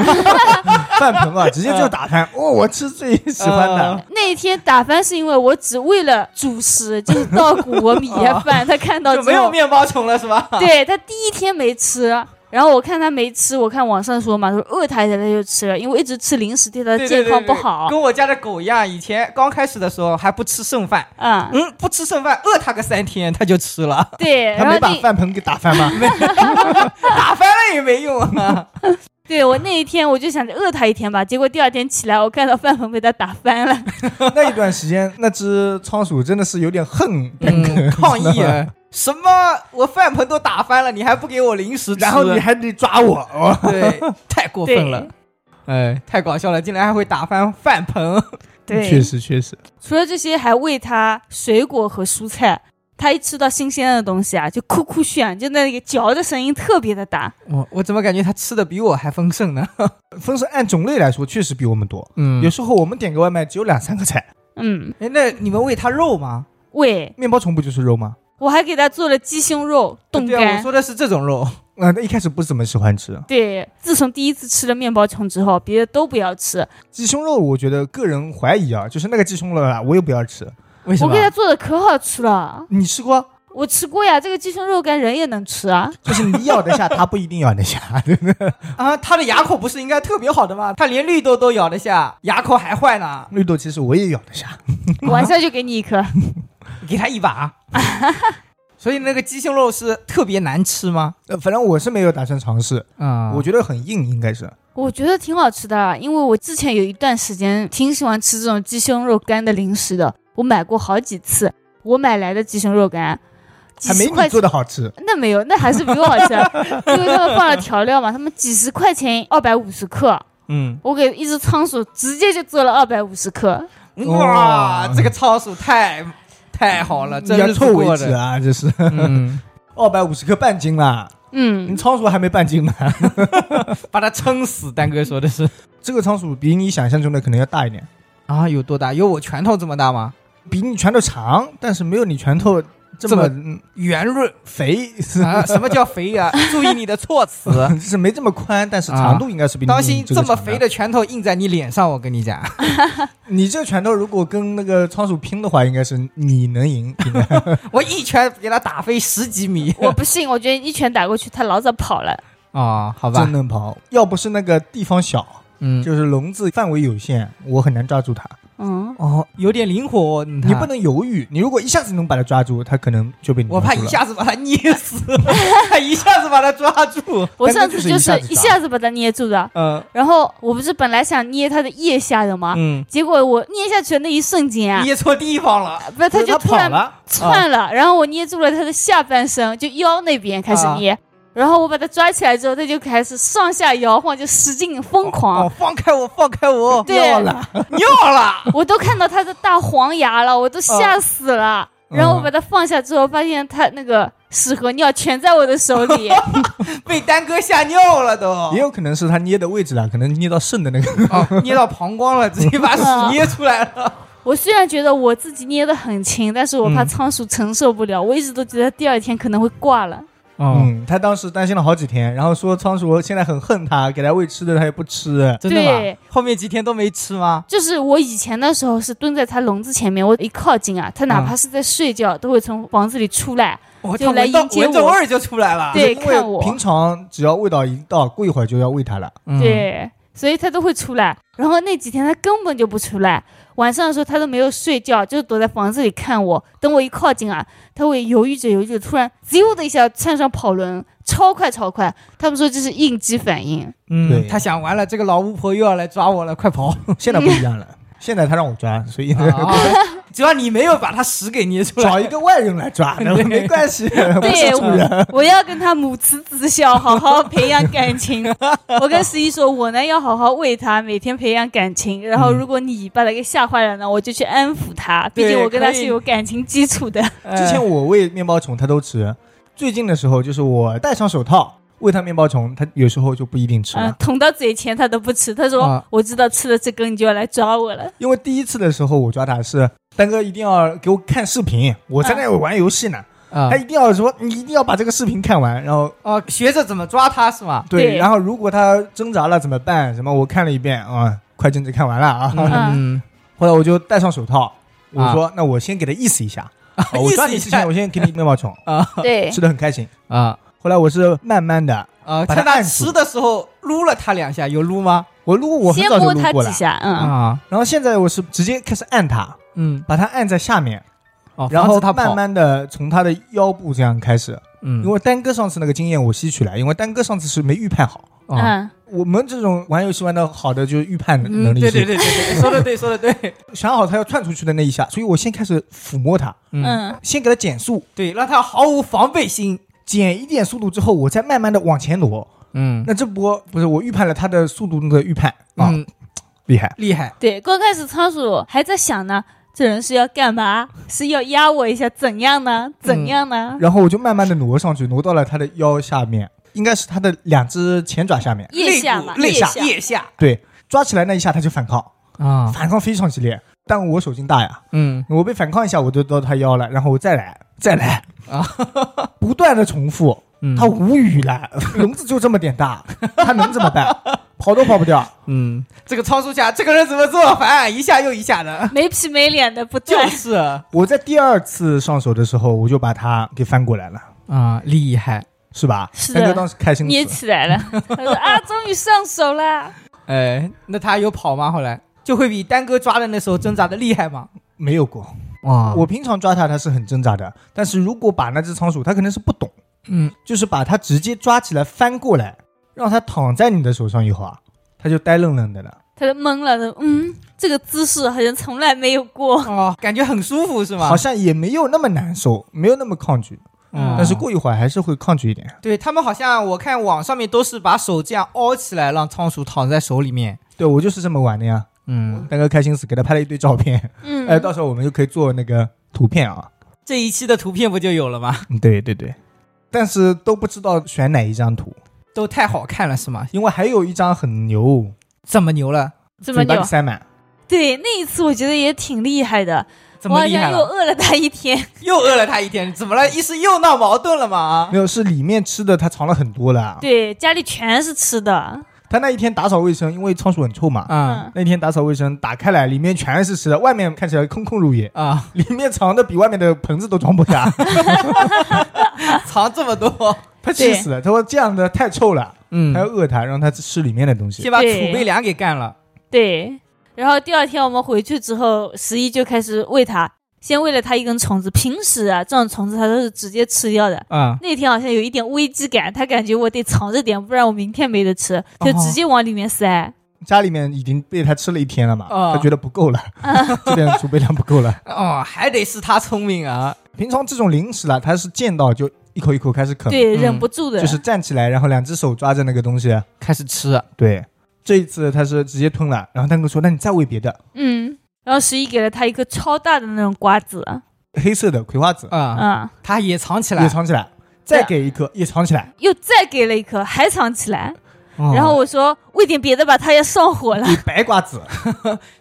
S1: 饭盆
S3: 嗯
S1: 嘛，直接就打翻。哦，我吃最喜欢的，
S2: 那一天打翻是因为我只为了主食，就是稻谷和米呀 饭，他看到
S3: 就
S2: 之
S3: 没有
S2: 后，
S3: 面包虫了是吧？
S2: 对他第一天没吃。然后我看他没吃，我看网上说嘛，说饿他一下他就吃了，因为一直吃零食对他的
S3: 对
S2: 呃健康不
S3: 对对对
S2: 好。
S3: 跟我家的狗一样，以前刚开始的时候还不吃剩饭，
S2: 嗯，
S3: 嗯，不吃剩饭，饿它个三天它就吃了，
S2: 对。
S1: 他
S2: 然
S1: 没
S2: 后
S1: 把
S2: 那
S1: 饭盆给打翻吗？
S3: 打翻了也没用啊。
S2: 对我那一天我就想着饿他一天吧，结果第二天起来，我看到饭盆被他打翻 了。
S1: 那一段时间，那只仓鼠真的是有点恨丹哥，
S3: 嗯，抗议！什么？我饭盆都打翻了，你还不给我零食吃？啊
S1: 然后你还得抓我，哦
S3: 对， 太过分了，哎，太搞笑了，竟然还会打翻饭盆。
S2: 对，
S1: 确实确实，
S2: 除了这些，还喂它水果和蔬菜。它一吃到新鲜的东西啊，就哭哭炫，就那个嚼的声音特别的大。
S3: 我我怎么感觉他吃的比我还丰盛呢？
S1: 分是按种类来说，确实比我们多。
S3: 嗯
S1: 有时候我们点个外卖只有两三个菜，
S2: 嗯，
S3: 哎，那你们喂它肉吗？
S2: 喂，
S1: 面包虫不就是肉吗？
S2: 我还给它做了鸡胸肉冻
S3: 对啊，我
S2: 干。
S3: 说的是这种肉。
S1: 啊、那一开始不怎么喜欢吃
S2: 对，自从第一次吃了面包虫之后，别的都不要吃。
S1: 鸡胸肉，我觉得个人怀疑啊，就是那个鸡胸肉啊，我也不要吃。
S3: 为什
S2: 我
S3: 么
S2: 给？它做的可好吃了，
S1: 你吃过？
S2: 我吃过呀。这个鸡胸肉干人也能 吃啊。
S1: 就是你咬得下，它不一定咬得下， 对不对？
S3: 啊，它的牙口不是应该特别好的吗？它连绿豆都咬得下，牙口还坏呢。
S1: 绿豆其实我也咬得下，
S2: 晚上就给你一颗。
S3: 给它一把。 所以那个鸡胸肉是特别难吃吗？
S1: 呃反正我是没有打算尝试，
S3: 啊
S1: 我觉得很硬，应该是。
S2: 我觉得挺好吃的，因为我之前有一段时间挺喜欢吃这种鸡胸肉干的零食的，我买过好几次。我买来的鸡胸肉干，几
S1: 还没
S2: 十块
S1: 你做
S2: 钱，
S1: 的好吃。
S2: 那没有，那还是比我好吃，啊 因为他们放了调料嘛，他们几十块钱二百五十克，
S3: 嗯，
S2: 我给一只仓鼠直接就做了二百五十克，
S3: 哇，嗯
S1: 哇
S3: 这个仓鼠太太好了，
S1: 你
S3: 真
S1: 要
S3: 是
S1: 凑为
S3: 过
S1: 止
S3: 的。
S1: 啊，这是
S3: 嗯，
S1: 二百五十克半斤啦，你
S2: 嗯，
S1: 仓鼠还没半斤呢。
S3: 把它撑死。丹哥说的是
S1: 这个仓鼠比你想象中的可能要大一点，
S3: 啊，有多大？有我拳头这么大吗？
S1: 比你拳头长，但是没有你拳头这
S3: 这么
S1: 么嗯
S3: 圆润
S1: 肥，是
S3: 啊？什么叫肥 啊？注意你的措 辞。
S1: 啊是没这么宽，但是
S3: 啊
S1: 长度应该是比你
S3: 当心
S1: 这个
S3: 这么
S1: 长
S3: 肥。的拳头印在你脸上，我跟你 讲，
S1: 你这拳头如果跟那个仓鼠拼的话，应该是你能 赢。应该
S3: 我一拳给它打飞十几米。
S2: 我不信，我觉得一拳打过去，它老早跑了，
S3: 哦，好吧
S1: 真，能跑，要不是那个地方小，
S3: 嗯，
S1: 就是笼子范围有限，我很难抓住它。
S2: 嗯，
S3: 哦，有点灵活哦，你
S1: 你不。能犹豫，你如果一下子能把它抓住，它可能就被你
S3: 我
S1: 抓
S3: 怕
S1: 住
S3: 一
S1: 了
S3: 下子把它捏死， 他一下子把它抓住。
S2: 我
S1: 但那
S2: 上
S1: 就
S2: 次
S1: 是
S2: 就
S1: 一下
S2: 是
S1: 子
S2: 一
S1: 打
S2: 下子把它捏住的，
S3: 嗯
S2: 然后我不是本来想捏它的腋下的吗？
S3: 嗯，
S2: 结果我捏下去的那一瞬间啊，
S3: 捏错地方了。
S2: 不是，
S1: 不
S2: 他
S1: 是
S2: 就
S1: 它
S2: 突
S1: 跑
S2: 然
S1: 了，啊啊
S2: 窜了，然后我捏住了他的下半身，就腰那边开始捏，然后我把它抓起来之后，它就开始上下摇晃，就使劲疯狂。
S3: 哦，放开我，放开我，
S2: 对
S1: 尿了，
S3: 尿了！
S2: 我都看到它的大黄牙了，我
S1: 嗯
S2: 都吓死了。然后我把它放下之后，发现它那个屎和尿全在我的手 里。
S3: 被丹哥吓尿了都，
S1: 也有可能是他捏的位置啊，可能捏到肾的那个。
S3: 哦捏到膀胱了，直接把
S2: 嗯
S3: 屎捏出来了。
S2: 我虽然觉得我自己捏得很轻，但是我怕
S3: 嗯
S2: 仓鼠承受不了，我一直都觉得第二天可能会挂了。
S3: 嗯，
S1: 嗯，他当时担心了好几天，然后说仓鼠现在很恨他，给他喂吃的他也不吃。
S3: 真的吗
S2: 对？
S3: 后面几天都没吃吗？
S2: 就是我以前的时候是蹲在它笼子前面，我一靠近啊，它哪
S3: 嗯
S2: 怕是在睡觉，都会从房子里出来。
S3: 我
S2: 就来
S3: 哦闻到
S2: 迎接
S3: 闻着
S2: 我
S3: 味儿就出来了。
S2: 对
S1: 因为
S2: 看我
S1: 平常只要味道一到，过一会儿就要喂它了。
S3: 嗯，
S2: 对，所以它都会出来。然后那几天它根本就不出来，晚上的时候它都没有睡觉，就是躲在房子里看我。等我一靠近啊，它会犹豫着犹豫着，突然滋的一下窜上跑轮，超快超快。他们说这是应激反应。
S1: 对
S3: 嗯，他想完了，这个老巫婆又要来抓我了，快 跑！
S1: 现在不一样了，现在他让我抓，所以、
S3: 啊只要你没有把他屎给捏 出
S1: 找
S3: 来，
S1: 一个外人来抓，那没关 系，不是
S2: 对，
S1: 主人。
S2: 我我要跟它母慈子孝，好好培养感情。我跟十一说，我呢要好好喂它，每天培养感情。然后如果你把它给吓坏了呢，我就去安抚它，毕竟
S3: 对
S2: 我跟它
S3: 可以
S2: 是有感情基础的。
S3: 哎
S1: 之前我喂面包虫它都吃，最近的时候就是我戴上手套喂它面包虫，它有时候就不一定吃了。
S2: 嗯，捅到嘴前他都不吃。他说：“
S3: 啊
S2: 我知道吃了这根你就要来抓我了。
S1: 因为第一次的时候我抓它是丹哥一定要给我看视频，我在那里玩游戏呢，
S3: 啊
S1: 他一定要说你一定要把这个视频看完，然后
S3: 哦，学着怎么抓他是吗？
S1: 对，
S2: 对
S1: 然后如果它挣扎了怎么办？什么我看了一遍啊、快进去看完了啊，
S2: 嗯，
S1: 后来我就戴上手套，我
S3: 啊
S1: 说、那我先给它意思一 下，啊我
S3: 意
S1: 抓
S3: 思
S1: 你
S3: 一
S1: 之前
S3: 下
S1: 我先给你面包 虫，
S3: 啊”
S2: 对
S1: 吃的很开心。
S3: 啊
S1: 后来我是慢慢的，
S3: 啊！
S1: 把
S3: 看
S1: 他
S3: 他
S1: 按住
S3: 吃的时候撸了他两下，有撸吗？
S1: 我撸我很
S2: 先
S1: 早就
S2: 摸
S1: 撸
S2: 他
S1: 过
S2: 几
S1: 了，
S2: 下，嗯，
S3: 啊，
S1: 然后现在我是直接开始按它，
S3: 嗯，
S1: 把它按在下面，
S3: 哦，
S1: 然
S3: 防
S1: 后
S3: 止他
S1: 慢
S3: 跑，
S1: 慢的从它的腰部这样开始。
S3: 嗯
S1: 因为丹哥上次那个经验我吸取了，因为丹哥上次是没预判好。
S3: 啊
S2: 嗯，
S1: 我们这种玩游戏玩的好的，就是预判
S2: 嗯
S1: 能力
S3: 对
S1: 是
S3: 对对对对，说的对，说的对，
S1: 想好它要窜出去的那一下，所以我先开始抚摸它，
S3: 嗯，
S2: 嗯，
S1: 先给它减速，
S3: 对，让他毫无防备心，
S1: 减一点速度之后，我再慢慢的往前挪。
S3: 嗯
S1: 那这波不是我预判了它的速度的预判啊，
S3: 嗯，
S1: 厉害！
S3: 厉害，
S2: 对。刚开始仓鼠还在想呢，这人是要干嘛？是要压我一下，怎样呢？怎样呢？
S1: 然后我就慢慢的挪上去，挪到了它的腰下面，应该是它的两只前爪下面。
S2: 腋下嘛，
S3: 肋
S2: 腋
S3: 骨
S2: 下，
S3: 腋下
S1: 对，抓起来那一下它就反抗，
S3: 啊，
S1: 反抗非常激烈。但我手劲大呀，
S3: 嗯
S1: 我被反抗一下我就到它腰了，然后我再来，再来
S3: 啊，
S1: 不断的重复。
S3: 嗯
S1: 他无语了，笼子就这么点大，他能怎么办？跑都跑不掉。
S3: 嗯，这个超叔侠，这个人怎么这么烦，一下又一下的，
S2: 没皮没脸的不
S3: 就
S2: 断。
S3: 是啊，
S1: 我在第二次上手的时候，我就把他给翻过来了，
S3: 啊厉害，
S1: 是吧？
S2: 是的
S1: 三哥当时开心
S2: 捏
S1: 死了，
S2: 起来了，他 说啊，终于上手啦！
S3: 哎，那他有跑吗？后来就会比丹哥抓的那时候挣扎的厉害吗？
S1: 没有过。
S3: 哇
S1: 我平常抓它，它是很挣扎的，但是如果把那只仓鼠，它可能是不懂，
S3: 嗯，
S1: 就是把它直接抓起来翻过来，让它躺在你的手上以后啊，它就呆愣愣的了，
S2: 他就懵了，他说嗯，这个姿势好像从来没有过。
S3: 哦，感觉很舒服是吗？
S1: 好像也没有那么难受，没有那么抗拒，
S3: 嗯
S1: 但是过一会儿还是会抗拒一点。
S3: 对他们好像我看网上面都是把手这样凹起来，让仓鼠躺在手里面。
S1: 对我就是这么玩的呀，
S3: 嗯，
S1: 丹哥开心死，给他拍了一堆照片。
S2: 嗯，
S1: 哎，到时候我们就可以做那个图片 啊。
S3: 这一期的图片不就有了吗？
S1: 嗯对对对，但是都不知道选哪一张图，
S3: 都太好看了是吗？
S1: 因为还有一张很牛，
S3: 这么牛了，
S2: 这么
S1: 嘴巴
S2: 牛
S1: 里，塞
S3: 啊
S1: 满，
S2: 对，那一次我觉得也挺厉害的，
S3: 怎
S2: 我
S3: 么
S2: 好
S3: 厉
S2: 像
S3: 害
S2: 又
S3: 了？
S2: 饿了他一天。
S3: 又饿了他一天，怎么了？一是又闹矛盾了吗？
S1: 没有是里面吃的，它藏了很多了。啊
S2: 对，家里全是吃的。
S1: 他那一天打扫卫生，因为仓鼠很臭嘛，
S3: 啊
S2: 嗯
S1: 那天打扫卫生打开来，里面全是吃的，外面看起来空空如也，
S3: 啊，
S1: 里面藏的比外面的盆子都装不 下，
S3: 啊藏这 么多，
S1: 他气死了。他说这样的太臭了，
S3: 嗯
S1: 还要饿它，让它吃里面的东西。
S3: 先把储
S2: 对
S3: 备粮给干了。
S2: 对，然后第二天我们回去之后，十一就开始喂它，先喂了它一根虫子。平时啊，这种虫子它都是直接吃掉的。
S3: 啊
S2: 那天好像有一点危机感，它感觉我得藏着点，不然我明天没得吃，
S3: 哦
S2: 就直接往里面塞。
S1: 家里面已经被它吃了一天了嘛，
S3: 啊
S1: 他觉得不够了， 这点储备量不够了。
S3: 哦，还得是他聪明啊！
S1: 平常这种零食啦，它是见到就一口一口开始啃，
S2: 对，
S3: 嗯
S2: 忍不住的，
S1: 就是站起来，然后两只手抓着那个东西。
S3: 开始吃，
S1: 对，这一次他是直接吞了，然后蛋哥说：“那你再喂别的，
S2: 嗯。然后十一给了他一颗超大的那种瓜子，
S1: 黑色的葵花籽
S3: 啊，
S2: 嗯，
S3: 他也藏起来
S1: 也，藏起来，再给一颗也藏起来，
S2: 又再给了一颗，还藏起来。
S3: 嗯
S2: 然后我说喂点别的吧，他要上火 了。
S1: 给白瓜子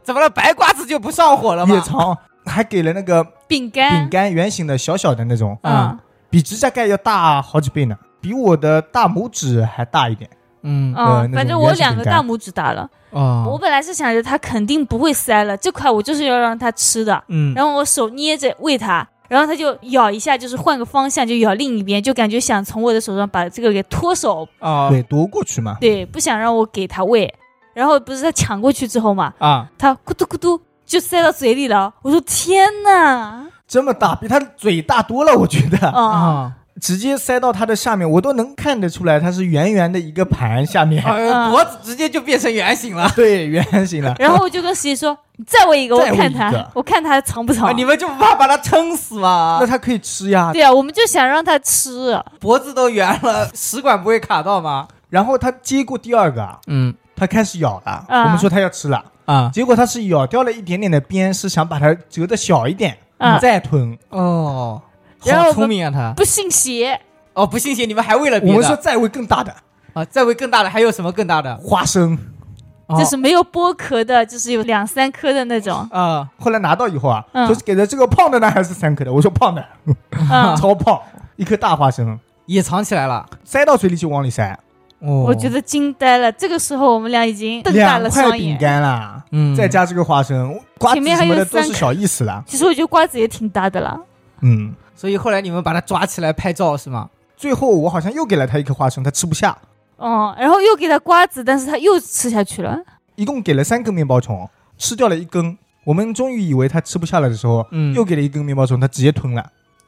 S3: 怎么了？白瓜子就不上火了吗
S1: 也？藏，还给了那个
S2: 饼干，
S1: 饼干，圆形的小小的那种，
S2: 嗯
S1: 比指甲盖要大好几倍呢，比我的大拇指还大一点。
S3: 嗯
S1: 呃那
S2: 嗯，
S1: 种
S2: 反正
S1: 原
S2: 我
S1: 始
S2: 两
S1: 饼
S2: 个
S1: 干
S2: 大拇指打了。我
S3: 哦，
S2: 本来是想着他肯定不会塞了，这块我就是要让他吃的。
S3: 嗯，
S2: 然后我手捏着喂他，然后他就咬一下，就是换个方向就咬另一边，就感觉想从我的手上把这个给脱手，
S3: 哦，
S1: 对，夺过去嘛。
S2: 对，不想让我给他喂。然后不是他抢过去之后嘛，
S3: 啊，
S2: 他咕嘟咕嘟就塞到嘴里了。我说天哪，
S1: 这么大，比他嘴大多了，我觉得，
S2: 啊、
S3: 啊，
S1: 直接塞到他的下面，我都能看得出来，它是圆圆的一个盘下面，
S3: 哎呦
S2: 嗯
S3: 脖子直接就变成圆形了。
S1: 对，圆形的。
S2: 然后我就跟十一说：“你再喂一个，我
S1: 再喂
S2: 看
S1: 一
S2: 他
S1: 个，
S2: 我看他藏不藏。
S3: 啊，你们就不怕把它撑死吗
S1: 那？它可以吃呀，
S2: 对啊，我们就想让他吃，
S3: 脖子都圆了， 食管不会卡到吗？
S1: 然后它接过第二个，啊
S3: 嗯
S1: 它开始咬了，
S2: 啊
S1: 我们说它要吃了，
S3: 啊
S1: 结果它是咬掉了一点点的边，是想把它折的小一点，
S2: 啊
S1: 再吞。
S3: 哦，
S2: 然后
S3: 好聪明啊他！
S2: 不信邪。
S3: 哦，不信邪，你们还喂了
S1: 我
S3: 别
S1: 们说
S3: 的
S1: 再喂更大的
S3: 啊？再喂更大的，还有什么更大的？
S1: 花生。
S3: 哦。
S2: 就是没有剥壳的，就是有两三颗的那种
S3: 啊，
S1: 后来拿到以后啊，
S2: 嗯
S1: 说是给的这个胖的呢还是三颗的？我说胖的，
S2: 嗯，
S1: 超胖，一颗大花生，
S3: 也藏起来了。
S1: 塞到嘴里就往里塞，
S3: 哦
S2: 我觉，得惊呆了。这个时候我们俩已经瞪大
S1: 两
S2: 了
S1: 块
S2: 双
S1: 饼
S2: 眼。
S1: 干啦，
S3: 嗯
S1: 再加这个花生，瓜子
S2: 前面
S1: 什
S2: 还有
S1: 么的都
S2: 三
S1: 是
S2: 颗
S1: 小意思啦。
S2: 其实我觉得瓜子也挺大的了。
S1: 嗯，
S3: 所以后来你们把它抓起来拍照是吗？
S1: 最后我好像又给了他一颗花生，他吃不下，
S2: 哦、然后又给他瓜子，但是他又吃下去了。
S1: 一共给了三根面包虫，吃掉了一根。我们终于以为他吃不下了的时候，
S3: 嗯
S1: 又给了一根面包虫，他直接吞了，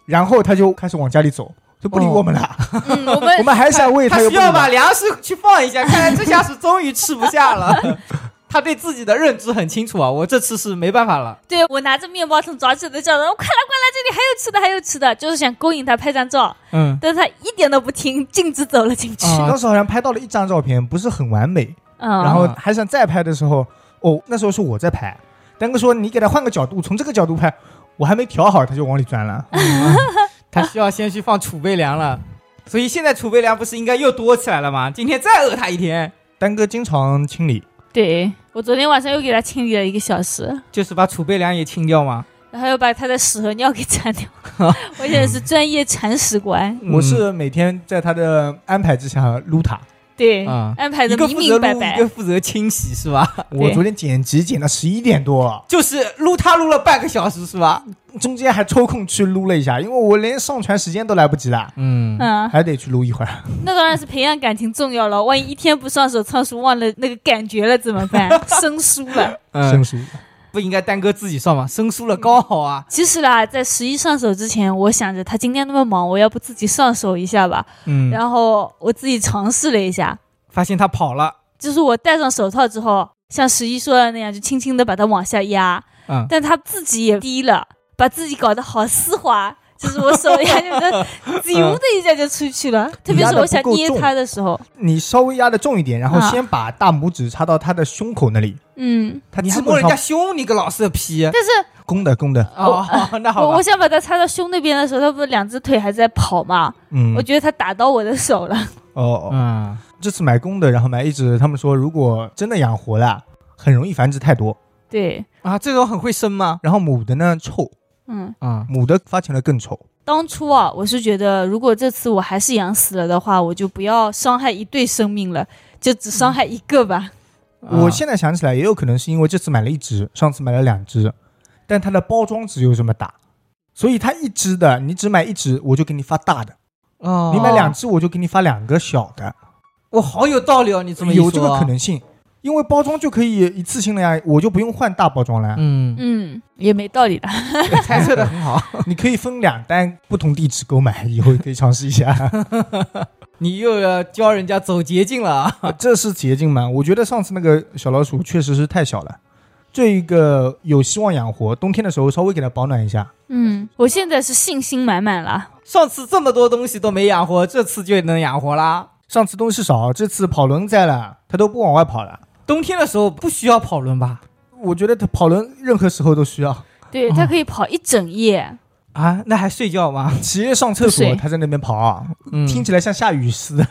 S1: 然后他就开始往家里走，就不理我们了。
S2: 嗯，我
S1: 我
S2: 们
S1: 们还想喂
S3: 他
S1: 又
S3: 需
S1: 不理
S3: 要
S1: 我
S3: 把
S1: 们。
S3: 粮食去放一下，看来这下是终于吃不下了。 他对自己的认知很清楚啊，我这次是没办法了。
S2: 对我拿着面包虫抓起来叫他，我快来快来，这里还有吃的，还有吃的，就是想勾引他拍张照，
S3: 嗯，
S2: 但他一点都不听，径直走了进去。
S3: 啊
S1: 当时好像拍到了一张照片，不是很完美，
S2: 嗯，
S1: 然后还想再拍的时候，哦，那时候是我在拍，丹哥说你给他换个角度，从这个角度拍，我还没调好，他就往里钻了。
S3: 他需要先去放储备粮了。所以现在储备粮不是应该又多起来了吗？今天再饿他一天，
S1: 丹哥经常清理，
S2: 对我昨天晚上又给他清理了一个小时，
S3: 就是把储备粮也清掉吗？
S2: 然后又把他的屎和尿给铲 掉。我现在是专业铲屎官，
S1: 我是
S3: 嗯
S1: 每天在他的安排之下撸他。
S2: 对，
S3: 啊
S2: 安排
S3: 一
S2: 的
S3: 个
S2: 明
S3: 负责
S2: 哎明白
S3: 撸，一
S2: 白。
S3: 个负责清洗是吧？
S1: 我昨天剪辑剪到十一点多，
S3: 就是撸他撸了半个小时是吧？
S1: 中间还抽空去撸了一下，因为我连上传时间都来不及啦，
S3: 嗯
S2: 嗯，
S1: 还得去撸一会儿。
S2: 那当然是培养感情重要了。万一一天不上手，仓鼠忘了那个感觉了怎么 办？生疏了。
S1: 生疏，
S3: 嗯不应该丹哥自己上吗？生疏了高好啊。
S2: 其实啦，在十一上手之前，我想着他今天那么忙，我要不自己上手一下吧。
S3: 嗯，
S2: 然后我自己尝试了一下，
S3: 发现他跑了。
S2: 就是我戴上手套之后，像十一说的那样，就轻轻的把它往下压，
S3: 嗯
S2: 但他自己也低了，把自己搞得好丝滑。就是我手一下就这 咻的一下就出去了，
S3: 嗯
S2: 特别是我想捏他的时候，
S1: 你稍微压的重一点，然后
S2: 啊
S1: 先把大拇指插到他的胸口那里，
S2: 嗯，
S1: 他
S3: 你还
S1: 基
S3: 摸
S1: 本
S3: 人
S1: 上
S3: 家胸，你个老色批！
S2: 但是
S1: 弓的弓的，
S3: 哦， 那哎好
S2: 我
S3: 吧
S2: 我，想把它插到胸那边的时候，它不是两只腿还在跑吗？
S1: 嗯，
S2: 我觉得它打到我的手 了。
S1: 哦哦，
S3: 嗯，
S1: 这次买公的，然后买一只，他们说如果真的养活了，很容易繁殖太多，
S2: 对，
S3: 啊，这种很会生吗？
S1: 然后母的呢臭，
S2: 嗯，
S3: 啊，
S1: 母的发情了更臭，
S2: 当初啊，我是觉得如果这次我还是养死了的话，我就不要伤害一对生命了，就只
S3: 嗯
S2: 伤害一个吧。
S3: 啊
S1: 我现在想起来，也有可能是因为这次买了一只，上次买了两只，但它的包装只有这么大，所以它一只的，你只买一只，我就给你发大的；
S3: 哦，
S1: 你买两只，我就给你发两个小的。
S3: 我好有道理哦，你这么一说
S1: 有这个可，能性，因为包装就可以一次性了呀，我就不用换大包装了。
S3: 嗯，
S2: 嗯，也没道理的。
S3: 猜测的很好。
S1: 你可以分两单不同地址购买，以后可以尝试一 下。
S3: 你又要教人家走捷径了啊，
S1: 这是捷径吗？我觉得上次那个小老鼠确实是太小了。这一个有希望养活，冬天的时候稍微给它保暖一下。
S2: 嗯，我现在是信心满满了。
S3: 上次这么多东西都没养活，这次就能养活啦。
S1: 上次东西少，这次跑轮栽了，它都不往外跑了。
S3: 冬天的时候不需要跑轮吧？
S1: 我觉得它跑轮任何时候都需要。
S2: 对，
S3: 哦
S2: 它可以跑一整夜。
S3: 啊，那还睡觉吗？
S1: 企业上厕所，
S2: 水
S1: 它在那边跑，啊
S3: 嗯
S1: 听起来像下雨似的，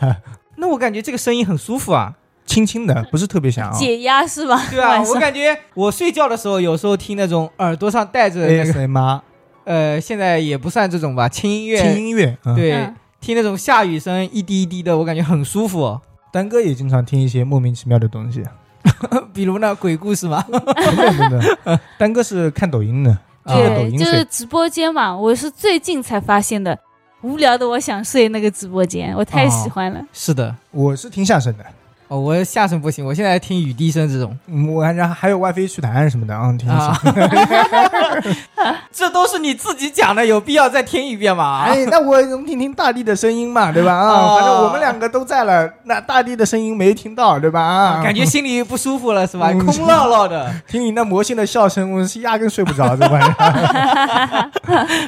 S3: 那我感觉这个声音很舒服啊。
S1: 轻轻的，不是特别响啊。
S2: 解压是吧？
S3: 哦对啊，
S2: 晚
S3: 我
S2: 上
S3: 感觉我睡觉的时候，有时候听那种耳朵上带着那个，
S1: ASMR
S3: 呃，现在也不算这种吧，轻音乐，
S1: 听音乐，嗯，
S3: 对，
S2: 嗯
S3: 听那种下雨声一滴一滴的，我感觉很舒服。
S1: 丹哥也经常听一些莫名其妙的东西。
S3: 比如呢，鬼故事嘛，
S1: 真的真的，丹哥是看抖音的，
S3: 啊
S1: 听着抖
S2: 对，
S1: 音
S2: 就是
S1: 睡。
S2: 直播间嘛，我是最近才发现的。无聊的我想睡那个直播间，我太喜欢了。
S3: 是的。
S1: 我是听相声的，
S3: 哦，我下身不行，我现在听雨滴声这种
S1: 嗯我然后还有 WiFi 趣谈什么的，嗯，听一
S3: 啊
S1: 下。，
S3: 这都是你自己讲的，有必要再听一遍吗？
S1: 哎，那我能听听大地的声音嘛，对吧？啊，
S3: 哦
S1: 反正我们两个都在了，那大地的声音没听到，对吧？啊，
S3: 感觉心里不舒服了是吧？
S1: 嗯
S3: 空落落的，
S1: 听你那魔性的笑声，我是压根睡不着，对吧？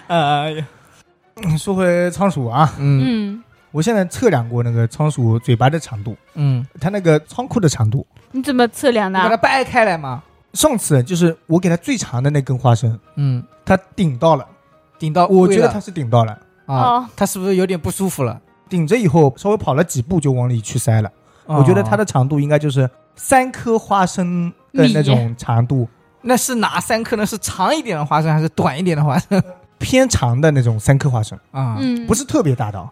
S3: 哎呀，
S1: 说回仓鼠啊，
S3: 嗯
S2: 嗯，
S1: 我现在测量过那个仓鼠嘴巴的长度，
S3: 嗯，
S1: 它那个仓库的长度。
S2: 你怎么测量
S3: 你把它
S2: 的？啊
S3: 掰开来嘛，
S1: 上次就是我给它最长的那根花生，
S3: 嗯，
S1: 它顶到了，
S3: 顶到
S1: 我
S3: 胃
S1: 觉得
S3: 了
S1: 它是顶到了。
S3: 啊
S2: 哦，
S3: 它是不是有点不舒服了？
S1: 顶着以后稍微跑了几步就往里去塞了。
S3: 哦
S1: 我觉得它的长度应该就是三颗花生的那种长度，
S3: 那是哪三颗呢？是长一点的花生还是短一点的花生
S1: 偏长的那种三颗花生，
S3: 啊？嗯
S2: 嗯，
S1: 不是特别大的哦。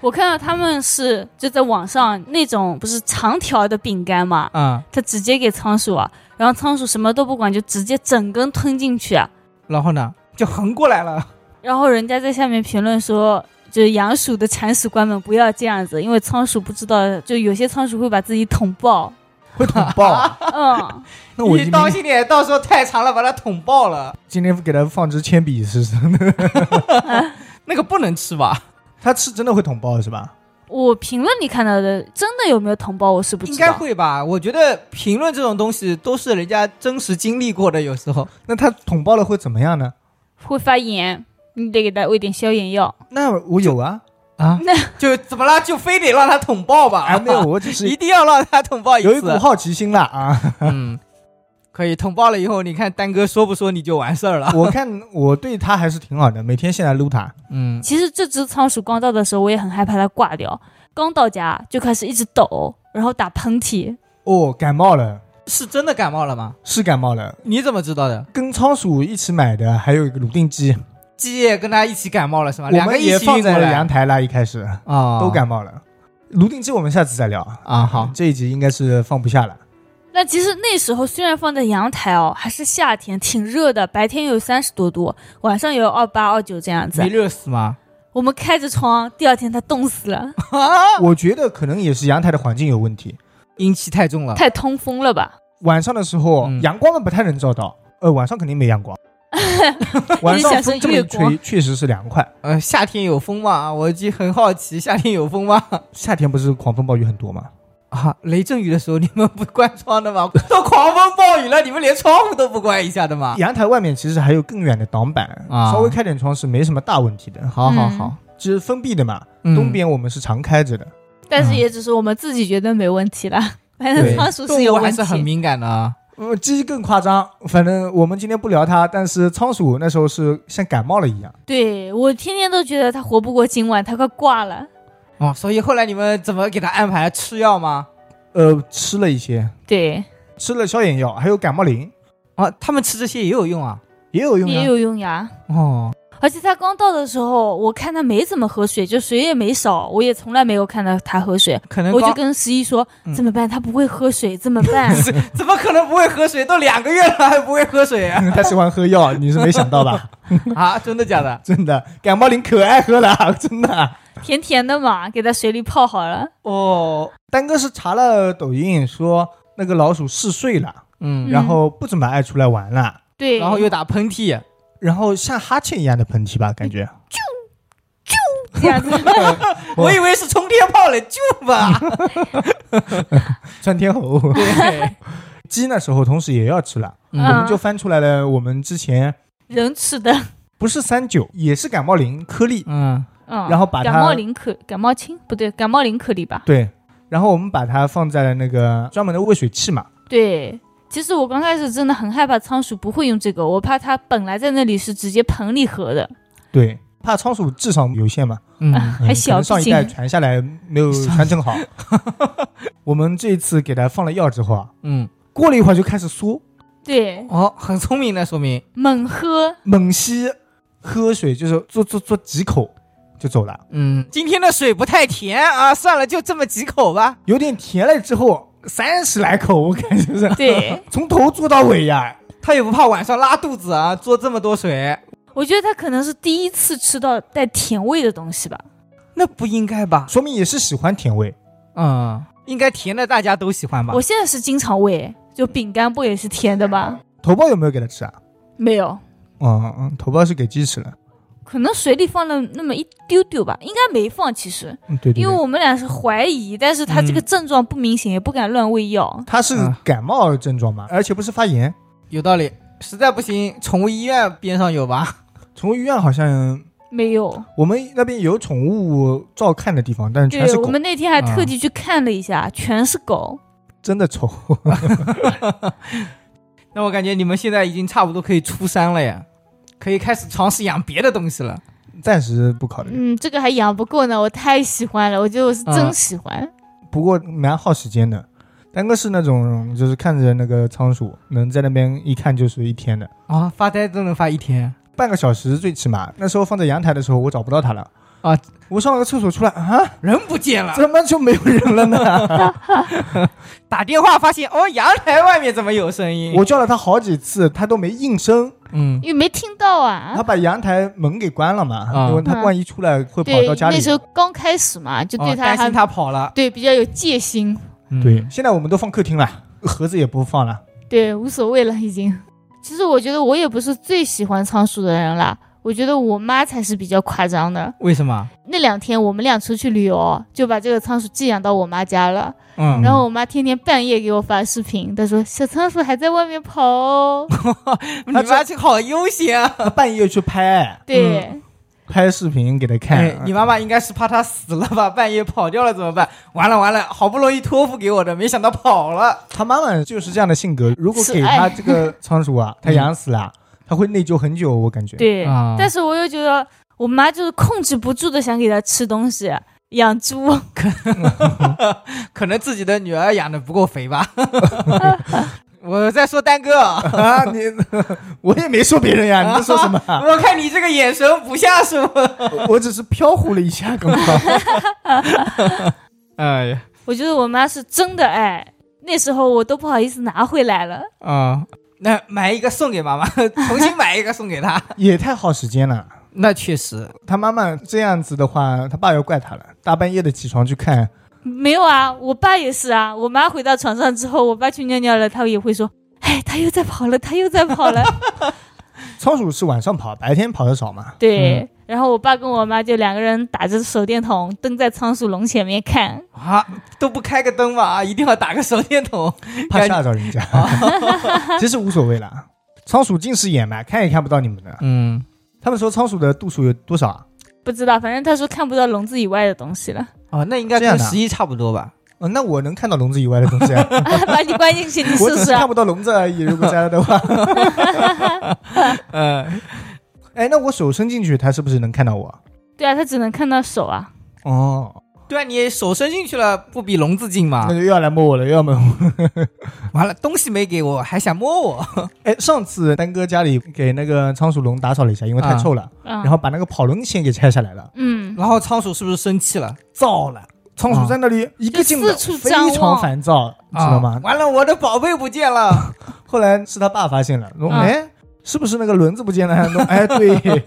S2: 我看到他们是就在网上那种不是长条的饼干嘛，
S3: 啊，
S2: 他直接给仓鼠啊，然后仓鼠什么都不管，就直接整根吞进去啊。
S3: 然后呢，就横过来了。
S2: 然后人家在下面评论说，就是养鼠的铲屎官们不要这样子，因为仓鼠不知道，就有些仓鼠会把自己捅 爆。
S1: 会捅爆 啊。
S2: 嗯，
S1: 那我已
S3: 你
S1: 经
S3: 当心点，到时候太长了把它捅爆了。
S1: 今天给它放支铅笔试试，
S3: 那个不能吃吧？
S1: 它吃真的会捅爆是吧？
S2: 我评论里看到的，真的有没有捅爆我是不知道。
S3: 应该会吧？我觉得评论这种东西都是人家真实经历过的，有时候
S1: 那它捅爆了会怎么样呢？
S2: 会发炎，你得给它喂点消炎药。
S1: 那我有啊，
S3: 啊， 哎就怎么了？就非得让它捅爆吧？
S1: 啊没 有，，我只
S3: 一
S1: 是
S3: 定要让它捅爆一次。
S1: 有一 股好奇心啦啊。
S3: 嗯，可以捅爆了以后，你看丹哥说不说你就完事儿了。
S1: 我看我对它还是挺好的，每天现在撸它，
S3: 嗯，
S2: 其实这只仓鼠刚到的时候，我也很害怕它挂掉。刚到家就开始一直抖，然后打喷嚏。
S1: 哦，感冒了，
S3: 是真的感冒了吗？
S1: 是感冒了。
S3: 你怎么知道的？
S1: 跟仓鼠一起买的，还有一个卤定鸡，
S3: 鸡也跟他一起感冒了是吗？
S1: 我
S3: 两个
S1: 们
S3: 一
S1: 也
S3: 起
S1: 放
S3: 运
S1: 在
S3: 过
S1: 了
S3: 来
S1: 阳台啦，一开始
S3: 啊，
S1: 都感冒了。卢定鸡我们下次再聊啊，
S3: 啊。好，
S1: 这一集应该是放不下了。
S2: 那其实那时候虽然放在阳台哦，还是夏天，挺热的，白天有三十多度，晚上有二八二九这样子
S3: 没。热死 吗？
S2: 我们开着窗，第二天它冻死了，
S1: 我觉得可能也是阳台的环境有问题，
S3: 阴气太重了。
S2: 太通风了吧？
S1: 晚上的时候、
S3: 嗯
S1: 阳光嘛不太能照到，呃，晚上肯定没阳 光，晚上风这么一
S2: 你想说月
S1: 吹，确实是凉快。
S3: 呃，夏天有风吗？我就很好奇，夏天有风吗？
S1: 夏天不是狂风暴雨很多吗？
S3: 啊，雷阵雨的时候你们不关窗的吗？ 都狂风暴雨了，你们连窗户都不关一下的吗？
S1: 阳台外面其实还有更远的挡板，
S3: 啊
S1: 稍微开点窗是没什么大问题的。
S3: 好好
S2: 嗯
S3: 好，
S1: 其实封闭的嘛，
S3: 嗯
S1: 东边我们是常开着的。
S2: 但是也只是我们自己觉得没问题啦。反正
S1: 对
S2: 嗯仓鼠是
S3: 动
S2: 有
S3: 物还
S2: 问
S3: 是很
S2: 题，
S3: 敏感的啊。
S1: 呃，鸡更夸张，反正我们今天不聊它，但是仓鼠那时候是像感冒了一样。
S2: 对我天天都觉得它活不过今晚，它快挂了。
S3: 哦，所以后来你们怎么给他安排吃药吗？
S1: 呃，吃了一些，
S2: 对，
S1: 吃了消炎药，还有感冒灵，
S3: 啊，他们吃这些也有用啊。
S1: 也有用
S2: 也
S1: 啊。
S2: 有用呀。
S3: 哦，
S2: 而且它刚到的时候，我看它没怎么喝水，就水也没少，我也从来没有看到它喝水。
S3: 可能
S2: 我就
S3: 光
S2: 跟十一说
S3: 嗯：“
S2: 怎么办？它不会喝水，怎么办
S3: 怎么可能不会喝水？都两个月了还不会喝水 啊？
S1: 他喜欢喝药，你是没想到吧？
S3: 啊，真的假的？
S1: 真的，感冒灵可爱喝了，真的。？”
S2: 甜甜的嘛，给它水里泡好了。
S3: 哦，
S1: 丹哥是查了抖音说那个老鼠嗜睡了，
S3: 嗯，
S1: 然后不怎么爱出来玩了，
S2: 对，
S3: 然后又打喷嚏，
S1: 然后像哈欠一样的喷嚏吧，感觉。
S2: 嗯这样子，
S3: 我以为是冲天炮了，就 吧。
S1: 窜天猴，
S3: 对，
S1: 鸡那时候同时也要吃了，我
S2: 嗯
S1: 们就翻出来了我们之前
S2: 人吃的，
S1: 不是三九，也是感冒灵颗粒，
S3: 嗯，
S2: 嗯，
S1: 然后把它
S2: 感冒灵颗感冒清不对，感冒灵颗粒吧？
S1: 对，然后我们把它放在了那个专门的喂水器嘛，
S2: 对，其实我刚开始真的很害怕仓鼠不会用这个，我怕它本来在那里是直接盆里喝的，
S1: 对，怕仓鼠智商有限嘛，
S3: 嗯，
S1: 嗯
S2: 还小
S1: 可能上一代
S2: 毕竟
S1: 传下来没有传承 好。我们这一次给它放了药之后啊，
S3: 嗯，
S1: 过了一会儿就开始缩，
S2: 对，
S3: 哦，很聪明的，说明
S2: 猛喝，
S1: 猛吸，喝水就是嘬嘬嘬几口就走了，
S3: 嗯，今天的水不太甜啊，算了，就这么几口吧。
S1: 有点甜了之后三十来口，我感觉是
S2: 对
S1: 从头嘬到尾呀。
S3: 他也不怕晚上拉肚子啊，做这么多水，
S2: 我觉得它可能是第一次吃到带甜味的东西吧。
S3: 那不应该吧？
S1: 说明也是喜欢甜味，
S3: 嗯，应该甜的大家都喜欢吧
S2: 我？现在是经常喂，就饼干不也是甜的吗？
S1: 头孢有没有给它吃啊？
S2: 没有，
S1: 嗯嗯，头孢是给鸡吃了。
S2: 可能水里放了那么一丢丢吧，应该没放。其实，
S1: 嗯，对对对。
S2: 因为我们俩是怀疑，但是他这个症状不明显，也不敢乱喂药。
S1: 它是
S3: 啊
S1: 感冒症状嘛，而且不是发炎。
S3: 有道理。实在不行，宠物医院边上有吧？
S1: 宠物医院好像
S2: 没有，
S1: 我们那边有宠物照看的地方，但是全
S2: 对
S1: 是
S2: 我
S1: 狗，
S2: 们那天还特地去看了一下，全是狗。
S1: 真的丑。
S3: 那我感觉你们现在已经差不多可以出山了呀，可以开始尝试养别的东西了。
S1: 暂时不考虑，
S2: 嗯，这个还养不够呢，我太喜欢了，我觉得我是
S3: 啊
S2: 真喜欢。
S1: 不过蛮耗时间的。丹哥是那种就是看着那个仓鼠能在那边一看就是一天的，
S3: 啊，发呆都能发一天，
S1: 半个小时最起码。那时候放在阳台的时候，我找不到它了
S3: 啊！
S1: 我上了个厕所出来啊，
S3: 人不见了。
S1: 怎么就没有人 了呢？
S3: 打电话发现，哦，阳台外面怎么有声音？
S1: 我叫了它好几次，它都没应声。
S3: 嗯
S2: 因为没听到
S1: 它
S2: 啊。
S1: 把阳台门给关了嘛，
S3: 啊
S1: 因为它万一出来会跑
S2: 对，
S1: 到家里
S2: 那。时候刚开始嘛，就对
S3: 哦
S2: 它
S3: 担
S2: 还、
S3: 心他跑了。
S2: 对比较有戒心，
S3: 嗯
S1: 对，，现在我们都放客厅了，盒子也不放了。
S2: 对，无所谓了已经。其实我觉得我也不是最喜欢仓鼠的人啦，我觉得我妈才是比较夸张的。
S3: 为什么？
S2: 那两天我们俩出去旅游，就把这个仓鼠寄养到我妈家了。
S3: 嗯，
S2: 然后我妈天天半夜给我发视频，她说小仓鼠还在外面跑哦。
S3: 你妈这好悠闲啊！
S1: 他半夜去拍
S2: 对，
S1: 拍视频给他
S3: 哎
S1: 看，，
S3: 你妈妈应该是怕它死了吧？半夜跑掉了怎么办？完了完了，好不容易托付给我的，没想到跑了。
S1: 他妈妈就是这样的性格。如果给
S2: 是
S1: 他
S2: 爱
S1: 这个仓鼠啊，他养死
S3: 嗯
S1: 了，他会内疚很久。我感觉，
S2: 对。
S3: 啊
S2: 但是我又觉得我妈就是控制不住的想给它吃东西，养猪。
S3: 可能自己的女儿养的不够肥吧。 我在说丹哥，？
S1: 啊，你我也没说别人 呀，你在说什么
S3: 我看你这个眼神不像是我。
S1: 我只是飘忽了一下，刚 刚。
S3: 哎呀，
S2: 我觉得我妈是真的爱，那时候我都不好意思拿回来了。
S3: 啊、那买一个送给妈妈， 重新买一个送给她。
S1: 也太耗时间了。
S3: 那确实，
S1: 他妈妈这样子的话，他爸要怪他了。大半夜的起床去看，
S2: 没有啊，我爸也是啊。我妈回到床上之后，我爸去尿尿了，他也会说：“哎，他又在跑了，他又在跑了。
S1: 仓鼠是晚上跑，白天跑的少 嘛”。
S2: 对。然后我爸跟我妈就两个人打着手电筒蹲在仓鼠笼前面看，
S3: 啊，都不开个灯吧？啊，一定要打个手电筒。
S1: 怕吓着人家，
S3: 哦
S1: 其实无所谓啦。仓鼠近视眼嘛，看也看不到你们的。
S3: 嗯，
S1: 他们说仓鼠的度数有多少啊？
S2: 不知道，反正他说看不到笼子以外的东西了，
S3: 哦，那应该
S1: 这样
S3: 跟
S1: 的啊
S3: 十一差不多吧？
S1: 哦，那我能看到笼子以外的东西、 啊，
S2: 啊把你关进去，你
S1: 我
S2: 试
S1: 只是
S2: 试啊
S1: 看。不到笼子而已。如果摘了的 话，
S3: 嗯，
S1: 哎，那我手伸进去，它是不是能看到我？
S2: 对啊，他只能看到手啊。
S1: 哦，
S3: 对啊，你手伸进去了，不比笼子近吗
S1: 那？就又要来摸我了，又要摸我。
S3: 完了，东西没给我，还想摸我。
S1: 哎，上次丹哥家里给那个仓鼠笼打扫了一下，因为太臭了，
S2: 嗯，
S1: 然后把那个跑笼先给拆下来了，
S2: 嗯，
S3: 然后仓鼠是不是生气了？
S1: 造了。仓鼠在那里一个劲的
S2: 啊就四处
S1: 非
S2: 张望
S1: 常烦躁，你知道
S3: 啊
S1: 吗？
S3: 完了，我的宝贝不见 了。
S1: 后来是他爸发现了，说：“
S2: 啊
S1: 哎，是不是那个轮子不见了？” 说哎，对。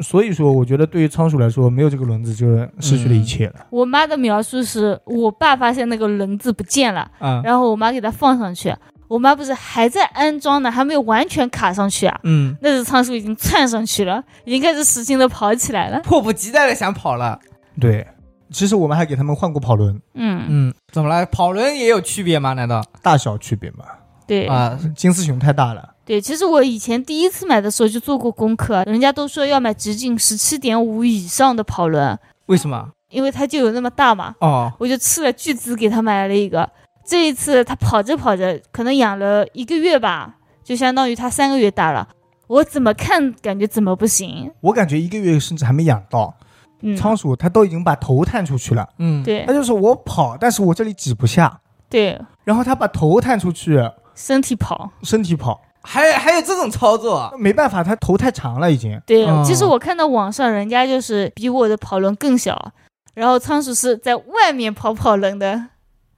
S1: 所以说，我觉得对于仓鼠来说，没有这个轮子，就是失去了一切了。
S2: 我妈的描述是我爸发现那个笼子不见了，
S1: 啊
S3: 嗯
S2: 然后我妈给它放上去，我妈不是还在安装呢，还没有完全卡上去啊。
S3: 嗯，
S2: 那只仓鼠已经窜上去了，已经开始使劲的跑起来了。
S3: 迫不及待的想跑了。
S1: 对，其实我们还给他们换过跑轮，
S2: 嗯，
S3: 嗯，怎么了？跑轮也有区别吗？难道
S1: 大小区别嘛。
S2: 对，
S3: 啊？
S1: 金丝熊太大了，
S2: 对，其实我以前第一次买的时候就做过功课，人家都说要买直径十七点五以上的跑轮，
S3: 为什么？
S2: 因为它就有那么大嘛。
S3: 哦，
S2: 我就斥了巨资给他买了一个。这一次他跑着跑着，可能养了一个月吧，就相当于他三个月大了。我怎么看感觉怎么不行？
S1: 我感觉一个月甚至还没养到
S2: 嗯，
S1: 仓鼠，它都已经把头探出去了。
S3: 嗯，，
S2: 对
S1: 它就是我跑，但是我这里挤不下，
S2: 对，
S1: 然后它把头探出去，
S2: 身体跑。
S1: 身体跑，
S3: 还还有这种操作，
S1: 没办法，它头太长了已经。
S2: 对，
S3: 哦
S2: 其实我看到网上人家就是比我的跑轮更小，然后仓鼠是在外面跑跑轮的，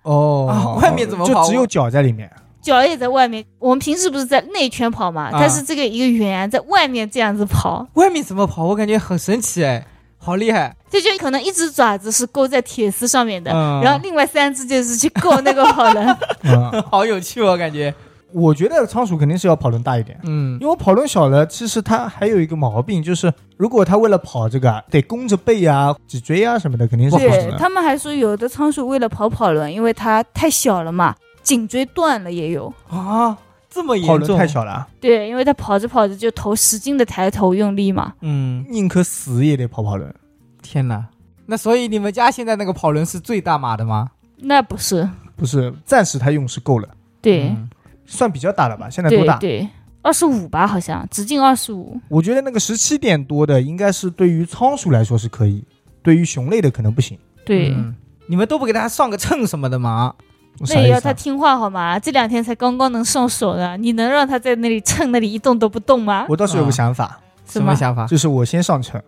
S1: 哦
S3: 啊外面怎么跑
S1: 就只有脚在里 面？
S2: 脚也在外面。我们平时不是在内圈跑嘛，
S3: 啊
S2: 但是这个一个圆在外面这样子跑，
S3: 外面怎么跑？我感觉很神奇哎，好厉害。
S2: 这就可能一只爪子是勾在铁丝上面的，
S1: 啊
S3: 嗯
S2: 然后另外三只就是去够那个跑轮。
S1: 嗯，
S3: 好有趣哦，感觉。
S1: 我觉得仓鼠肯定是要跑轮大一点，
S3: 嗯
S1: 因为跑轮小了，其实它还有一个毛病，就是如果它为了跑这个，得弓着背啊、脊椎啊什么的，肯定是 不行
S2: 对
S1: 的。
S2: 他们还说，有的仓鼠为了跑跑轮，因为它太小了嘛，颈椎断了也有。
S3: 啊，这么
S1: 跑
S3: 严重？
S1: 轮太。小了啊，
S2: 对，因为它跑着跑着就头使劲的抬头用力嘛。
S3: 嗯，
S1: 宁可死也得跑跑轮。
S3: 天哪。那所以你们家现在那个跑轮是最大码的吗？
S2: 那不是，
S1: 不是，暂时它用是够了，
S2: 对、
S3: 嗯
S1: 算比较大了吧？现在多
S2: 对
S1: 大？
S2: 对，二十五吧，好像直径二十五。
S1: 我觉得那个十七点多的，应该是对于仓鼠来说是可以，对于熊类的可能不行。
S2: 对，
S3: 嗯你们都不给它上个秤什么的吗？
S2: 那
S1: 啥
S2: 也
S1: 意
S2: 要
S1: 思
S2: 它
S1: 啊？
S2: 听话好吗？这两天才刚刚能上手呢，你能让它在那里蹭那里一动都不动吗？
S1: 我倒是有
S3: 啊
S1: 个想 法，
S2: 是
S3: 什么
S2: 吗？
S3: 想法？
S1: 就是我先上秤，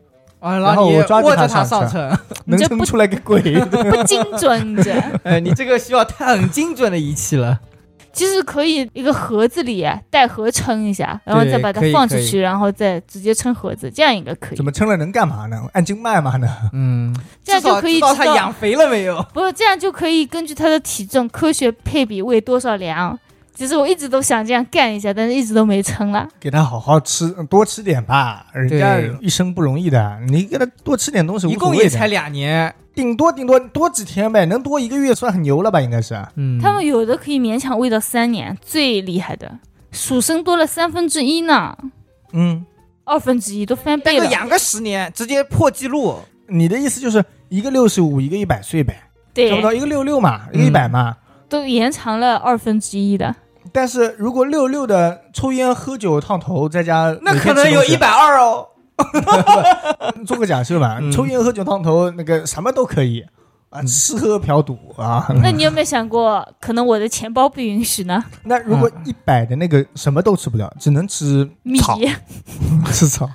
S3: 啊，
S1: 然后
S3: 你
S1: 我抓住
S3: 握
S1: 它
S3: 着它
S1: 上
S3: 上秤。
S2: 你
S1: 能
S2: 这
S1: 称
S2: 不
S1: 出来个 鬼。
S2: 不精准，你这。
S1: 哎
S3: 呃，你这个需要很精准的仪器了。
S2: 其实可以一个盒子里带盒称一下，然后再把它
S3: 可以
S2: 放出
S3: 可以
S2: 去，然后再直接称盒子，这样应该可以
S1: 怎。么称了能干嘛呢？按斤卖嘛呢？
S3: 嗯，
S2: 这样
S3: 至少
S2: 就可以
S3: 知道它养肥了没有。
S2: 不是这样就可以根据它的体重科学配比喂多少粮。其实我一直都想这样干一下，但是一直都没称了。
S1: 给它好好吃，嗯多吃点吧，人家
S3: 对
S1: 一生不容易的，你给它多吃点东西无
S3: 一
S1: 所
S3: 共
S1: 谓
S3: 也才
S1: 的，
S3: 两年。
S1: 顶多顶多多几天呗，能多一个月算很牛了吧？应该是，啊
S3: 嗯
S2: 他们有的可以勉强喂到三年，最厉害的鼠生多了三分之一呢，
S1: 嗯，
S2: 二分之一都翻
S3: 那
S2: 倍
S3: 个
S2: 了。
S3: 养个十年，直接破纪录。
S1: 你的意思就是一个六十五，一个一百岁呗，差不
S2: 对，
S3: 哎
S1: 多一个六六嘛，
S3: 嗯
S1: 一个一百嘛。
S2: 都延长了二分之一的。
S1: 但是如果六六的抽烟喝酒烫头，在家
S3: 那
S1: 每
S3: 可
S1: 天
S3: 能
S1: 吃
S3: 有
S1: 东西
S3: 一百二哦。
S1: 做个假设吧，
S3: 嗯
S1: 抽烟喝酒烫头那个什么都可以啊，吃喝嫖赌啊。
S3: 嗯
S2: 那你有没有想过，可能我的钱包不允许呢？
S1: 那如果
S3: 嗯
S1: 一百的那个什么都吃不了，只能吃
S2: 米
S1: 草， 吃 草，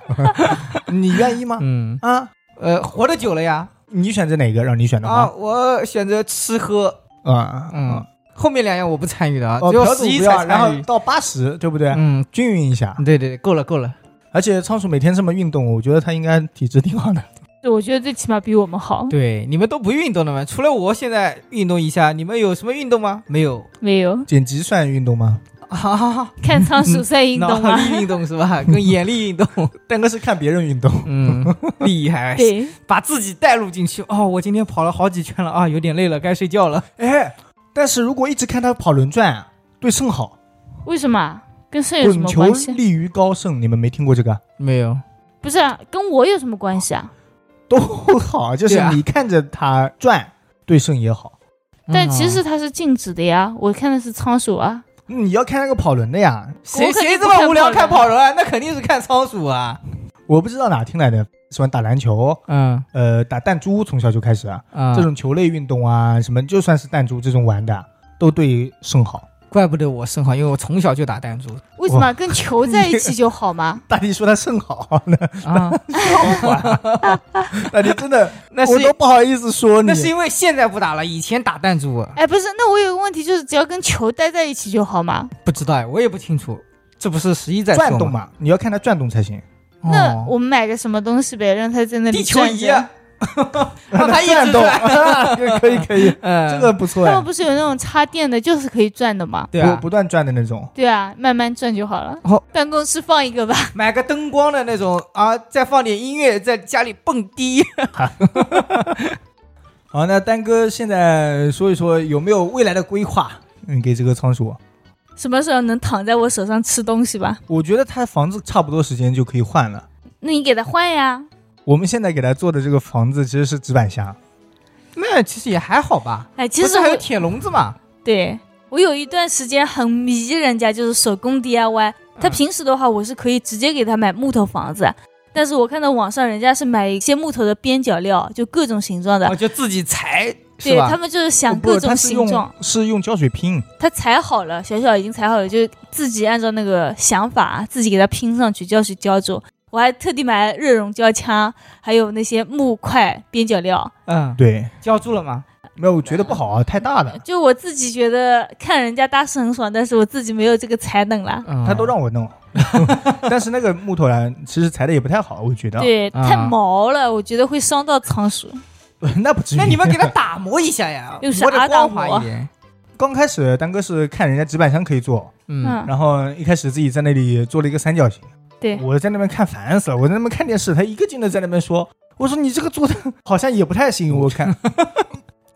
S1: 你愿意吗？
S3: 嗯，
S1: 啊，
S3: 呃，活得久了呀。
S1: 你选择哪个？让你选的
S3: 啊，
S1: 话，
S3: 我选择吃喝。
S1: 啊啊
S3: 嗯，，后面两样我不参与的啊，
S1: 哦，
S3: 只有
S1: 嫖赌
S3: 十一
S1: 不
S3: 才
S1: 要，
S3: 参与。
S1: 然后到八十，对不对？
S3: 嗯，
S1: 均匀一下。
S3: 对对对，够了够了。
S1: 而且仓鼠每天这么运动，我觉得它应该体质挺好的。
S2: 对，我觉得最起码比我们好。
S3: 对，你们都不运动的吗？除了我现在运动一下，你们有什么运动吗？没有
S2: 没有，
S1: 剪辑算运动吗？
S3: 啊，
S2: 看仓鼠算运
S3: 脑
S2: 动吗？
S3: 力运动 是吧？跟眼力运动，
S1: 但哥是看别人运动，
S3: 嗯，厉害，
S2: 对，
S3: 把自己带入进去。哦，我今天跑了好几圈了啊，有点累了，该睡觉了。
S1: 哎，但是如果一直看它跑轮转，对肾好。
S2: 为什么？跟肾有什
S1: 滚
S2: 么
S1: 球
S2: 关系？啊
S1: 利于高盛，你们没听过这个？
S3: 没有，
S2: 不是、啊，跟我有什么关系啊？
S1: 都好，就是
S3: 对啊
S1: 你看着它转，对肾也好。
S3: 嗯
S2: 但其实它是静止的呀，我看的是仓鼠啊。
S1: 你要看那个跑轮的呀，
S3: 谁
S2: 我肯定
S3: 谁这
S2: 不看
S3: 么无聊
S2: 跑
S3: 看
S2: 人
S3: 跑轮啊？那肯定是看仓鼠啊。
S1: 我不知道哪听来的，喜欢打篮球，
S3: 嗯
S1: 呃，打弹珠，从小就开始啊。
S3: 啊
S1: 这种球类运动啊，什么就算是弹珠这种玩的，都对肾好。
S3: 怪不得我肾好，因为我从小就打弹珠
S2: 为什么跟球在一起就好 吗？
S1: 大力说他肾好呢，
S3: 啊。
S1: 大力真的，
S3: 那
S1: 我
S3: 是
S1: 都不好意思说你
S3: 那。是因为现在不打了，以前打弹珠啊
S2: 哎，不是，那我有个问题，就是只要跟球待在一起就好吗？
S3: 不知道哎，我也不清楚。这不是十一在说
S1: 转动
S3: 吗？
S1: 嘛，你要看它转动才行。
S3: 哦
S2: 那我们买个什么东西呗，让它在那里
S3: 地球
S2: 转
S3: 仪，啊
S2: 着。
S3: 让它一
S1: 转
S3: 直
S1: 动
S3: 转。，
S1: 可以可以，
S3: 嗯，
S1: 这个不错哎
S2: 他
S1: 呀，
S2: 们不是有那种插电的，就是可以转的吗？
S3: 对啊
S1: 不，不断转的那种。
S2: 对啊，慢慢转就好了。
S3: 哦
S2: 办公室放一个吧。
S3: 买个灯光的那种啊，再放点音乐，在家里蹦迪。
S1: 好，那丹哥现在说一说有没有未来的规划？嗯，给这个仓鼠，
S2: 什么时候能躺在我手上吃东西吧？
S1: 我觉得他房子差不多时间就可以换了。
S2: 那你给它换呀。
S1: 我们现在给他做的这个房子其实是纸板箱，
S3: 那其实也还好吧。
S2: 哎，其
S3: 不
S2: 实
S3: 是还有
S2: 我
S3: 铁笼子嘛，
S2: 对我有一段时间很迷人家就是手工 DIY，他
S3: 嗯
S2: 平时的话我是可以直接给他买木头房子，但是我看到网上人家是买一些木头的边角料，就各种形状的
S3: 哦，，就自己裁是
S2: 对他
S3: 吧？
S2: 们就是想
S1: 哦不
S2: 各
S1: 是，
S2: 种
S1: 他是
S2: 形状
S1: 用。是用胶水拼，
S2: 他裁好了，小小已经裁好了，就自己按照那个想法啊自己给它拼上去，胶水胶住。我还特地买了热熔胶枪，还有那些木块边角料，
S3: 嗯，
S1: 对，
S3: 浇住了吗？
S1: 没有我觉得不好啊，太大了，
S2: 就我自己觉得看人家搭是很爽，但是我自己没有这个才能啦。
S3: 嗯
S1: 他都让我 弄，但是那个木头栏其实裁的也不太好，我觉得，
S2: 对，
S3: 啊
S2: 太毛了，我觉得会伤到仓鼠。
S1: 那不至于。
S3: 那你们给它打磨一下 呀，
S2: 用
S3: 磨
S2: 啥打
S3: 得光
S2: 磨
S3: 滑一点。
S1: 刚开始丹哥是看人家纸板箱可以做，
S2: 嗯，
S1: 然后一开始自己在那里做了一个三角形，
S2: 对，
S1: 我在那边看烦死了，我在那边看电视，他一个劲的在那边说，我说你这个做的好像也不太行，我 看，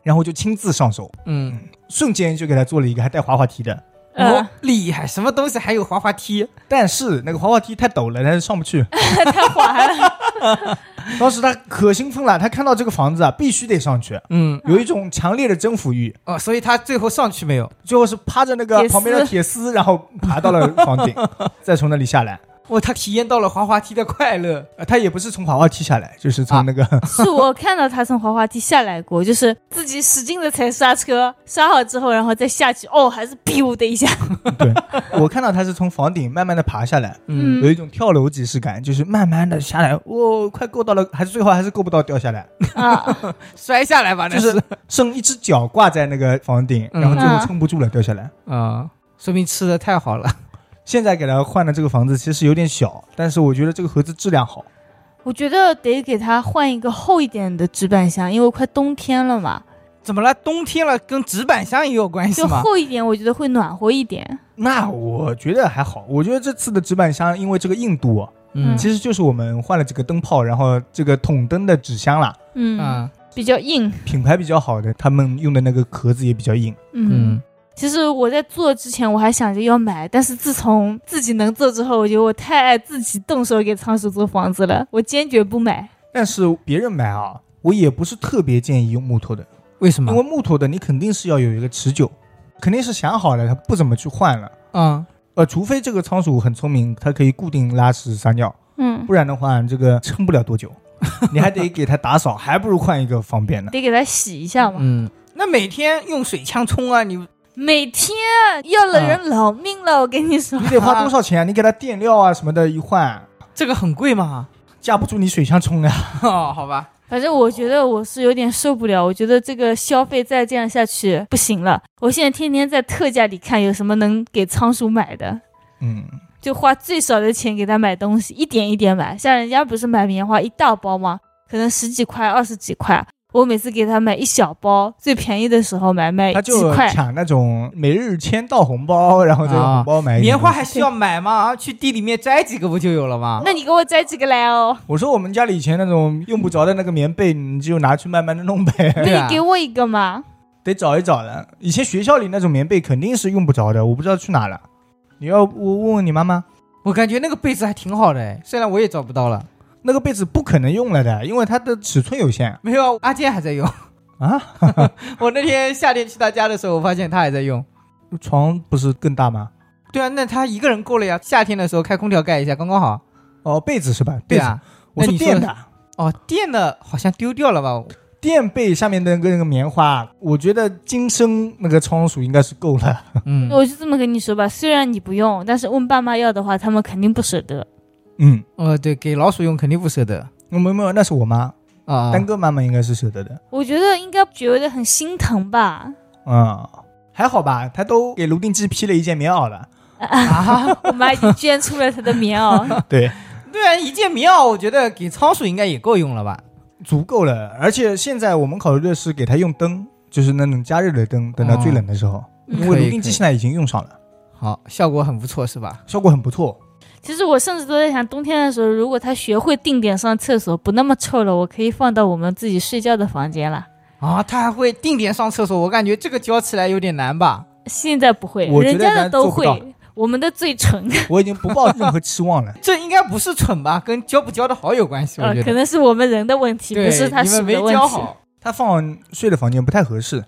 S1: 然后就亲自上手，
S3: 嗯，
S1: 瞬间就给他做了一个还带滑滑梯的，
S2: 呃
S3: 哦，，厉害，什么东西还有滑滑梯？
S1: 但是那个滑滑梯太陡了，他上不 去。
S2: 太滑了。
S1: 当时他可兴奋了，他看到这个房子啊，必须得上去，
S3: 嗯，
S1: 有一种强烈的征服欲。
S3: 哦，所以他最后上去没有？
S1: 最后是趴着那个
S2: 铁丝
S1: 旁边的铁丝，然后爬到了房 顶，再从那里下
S2: 嗯
S1: 来。
S3: 哦，他体验到了滑滑梯的快乐。
S1: 呃他也不是从滑滑梯下来，就是从那个、
S2: 是我看到他从滑滑梯下来过，就是自己使劲的踩刹车，刹好之后，然后再下去，哦，还是 biu 的一下。
S1: 我看到他是从房顶慢慢的爬下来，
S2: 嗯
S1: 有一种跳楼即视感，就是慢慢的下来，哦，快够到了，还是最后还是够不到掉下来，
S2: 啊，
S3: 摔下来吧，那
S1: 就是剩一只脚挂在那个房顶，
S3: 嗯
S1: 然后最后撑不住了掉下来。
S3: 啊，说明吃的太好了。
S1: 现在给他换的这个房子其实有点小，但是我觉得这个盒子质量好。
S2: 我觉得得给他换一个厚一点的纸板箱，因为快冬天了嘛，
S3: 怎么了？冬天了，跟纸板箱也有关系
S2: 就
S3: 吗？
S2: 厚一点，我觉得会暖和一点。
S1: 那我觉得还好，我觉得这次的纸板箱因为这个硬度啊，
S2: 嗯
S1: 其实就是我们换了这个灯泡，然后这个筒灯的纸箱啦，
S2: 嗯，
S3: 啊，
S2: 比较硬。
S1: 品牌比较好的，他们用的那个壳子也比较硬。
S2: 嗯，其实我在做之前我还想着要买，但是自从自己能做之后，我觉得我太爱自己动手给仓鼠做房子了，我坚决不买。
S1: 但是别人买啊，我也不是特别建议用木头的，
S3: 为什么？
S1: 因为木头的你肯定是要有一个持久，肯定是想好了，他不怎么去换了。
S3: 啊，
S1: 呃，除非这个仓鼠很聪明，它可以固定拉屎撒尿，
S2: 嗯，
S1: 不然的话，这个撑不了多久， 你还得给它打扫，还不如换一个方便的。
S2: 得给它洗一下嘛。
S3: 嗯，那每天用水枪冲啊，你
S2: 每天要了人老命了，我跟你说
S1: 你。得花多少钱啊？你给它垫料啊什么的，一换
S3: 这个很贵吗？
S1: 架不住你水箱冲啊。
S3: 哦，好吧，
S2: 反正我觉得我是有点受不了，我觉得这个消费再这样下去不行了。我现在天天在特价里看有什么能给仓鼠买的，
S1: 嗯，
S2: 就花最少的钱给它买东西，一点一点买。像人家不是买棉花一大包吗？可能十几块、二十几块。我每次给它买一小包，最便宜的时候买买
S1: 它
S2: 哎几
S1: 就
S2: 块，
S1: 抢那种每日签到红包，然后再用红包买一点
S3: 棉花
S1: 东西。
S3: 还需要买吗？啊，去地里面摘几个不就有了吗？
S2: 那你给我摘几个来哦？
S1: 我说我们家里以前那种用不着的那个棉被，你就拿去慢慢的弄呗，
S2: 那
S3: 对啊
S2: 你给我一个嘛？
S1: 得找一找的。以前学校里那种棉被肯定是用不着的，我不知道去哪了。你要我问问你妈妈，
S3: 我感觉那个被子还挺好的哎，虽然我也找不到了。
S1: 那个被子不可能用了的，因为它的尺寸有限
S3: 没有啊，阿健还在用。
S1: 啊。
S3: 我那天夏天去他家的时候，我发现他还在用。
S1: 床不是更大吗？
S3: 对啊，那他一个人够了呀。夏天的时候开空调盖一下，刚刚好。
S1: 哦，被子是吧？被
S3: 对
S1: 子，
S3: 啊，
S1: 我
S3: 那
S1: 说
S3: 你说
S1: 垫
S3: 的
S1: 的
S3: 哦，电的好像丢掉了吧？
S1: 垫被下面的那个那个棉花，我觉得今生那个仓鼠应该是够了。
S3: 嗯
S2: 我就这么跟你说吧，虽然你不用，但是问爸妈要的话，他们肯定不舍得。
S1: 嗯，
S3: 哦，对，给老鼠用肯定不舍得
S1: 没有没有，那是我妈，
S3: 啊。
S1: 丹哥妈妈应该是舍得的。
S2: 我觉得应该觉得很心疼 吧。
S1: 嗯，还好吧，她都给卢定记披了一件棉袄了。
S3: 啊，
S2: 我妈已经捐出了她的棉 袄，
S1: 对，
S3: 对啊，一件棉袄，我觉得给仓鼠应该也够用了吧？
S1: 足够了。而且现在我们考虑的是给她用灯，就是那种加热的灯，等到最冷的时候，
S2: 嗯
S1: 因为
S3: 可以
S1: 卢定
S3: 可
S1: 记
S3: 以
S1: 现在已经用上了，
S3: 好，效果很不错是吧？
S1: 效果很不错。
S2: 其实我甚至都在想，冬天的时候，如果她学会定点上厕所，不那么臭了，我可以放到我们自己睡觉的房间了。
S3: 啊，它还会定点上厕所，我感觉这个教起来有点难吧？。
S2: 现在不会，
S1: 我觉
S2: 人
S1: 得
S2: 家的
S1: 咱
S2: 都
S1: 做不到
S2: 会，我们的 最纯，
S1: 我已经不抱任何期望了
S3: 这应该不是蠢吧？跟交不交的好有关系，我
S2: 呃
S3: 觉，
S2: 可
S3: 得。
S2: 能是我们人的问题，
S3: 对，
S2: 不是他
S3: 你
S2: 手
S3: 们没
S2: 的问
S3: 教
S2: 题。
S3: 好，
S1: 他放睡的房间不太合适，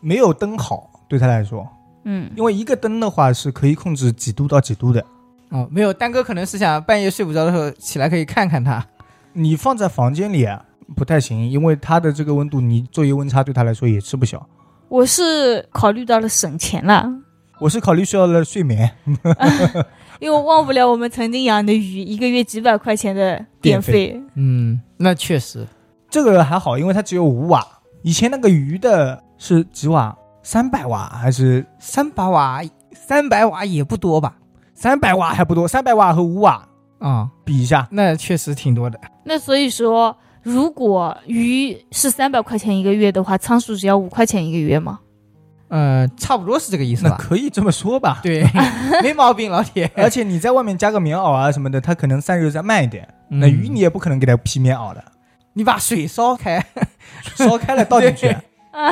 S1: 没有灯好，对他来说，
S2: 嗯，
S1: 因为一个灯的话是可以控制几度到几度的。
S3: 哦，没有，丹哥可能是想半夜睡不着的时候起来可以看看他。
S1: 你放在房间里啊不太行，因为它的这个温度，你昼夜温差对他来说也吃不消。
S2: 我是考虑到了省钱了，
S1: 我是考虑需要了睡眠，
S2: 因为我忘不了我们曾经养的鱼，一个月几百块钱的电费。
S3: 嗯，那确实，
S1: 这个还好，因为它只有五瓦。以前那个鱼的是几瓦？三百瓦还是
S3: 三百瓦，三百瓦也不多吧？
S1: 三百瓦还不多？三百瓦和五瓦
S3: 啊、
S1: 比一下，
S3: 那确实挺多的。
S2: 那所以说，如果鱼是三百块钱一个月的话，仓鼠只要五块钱一个月吗？
S3: 呃，差不多是这个意思
S1: 那
S3: 吧？
S1: 可以这么说吧？哎
S3: 对，没毛病，老铁。
S1: 而且你在外面加个棉袄啊什么的，它可能散热再慢一点。那鱼你，也不可能给它披棉袄 的，
S3: 你把水烧开，
S1: 烧开了倒进去。啊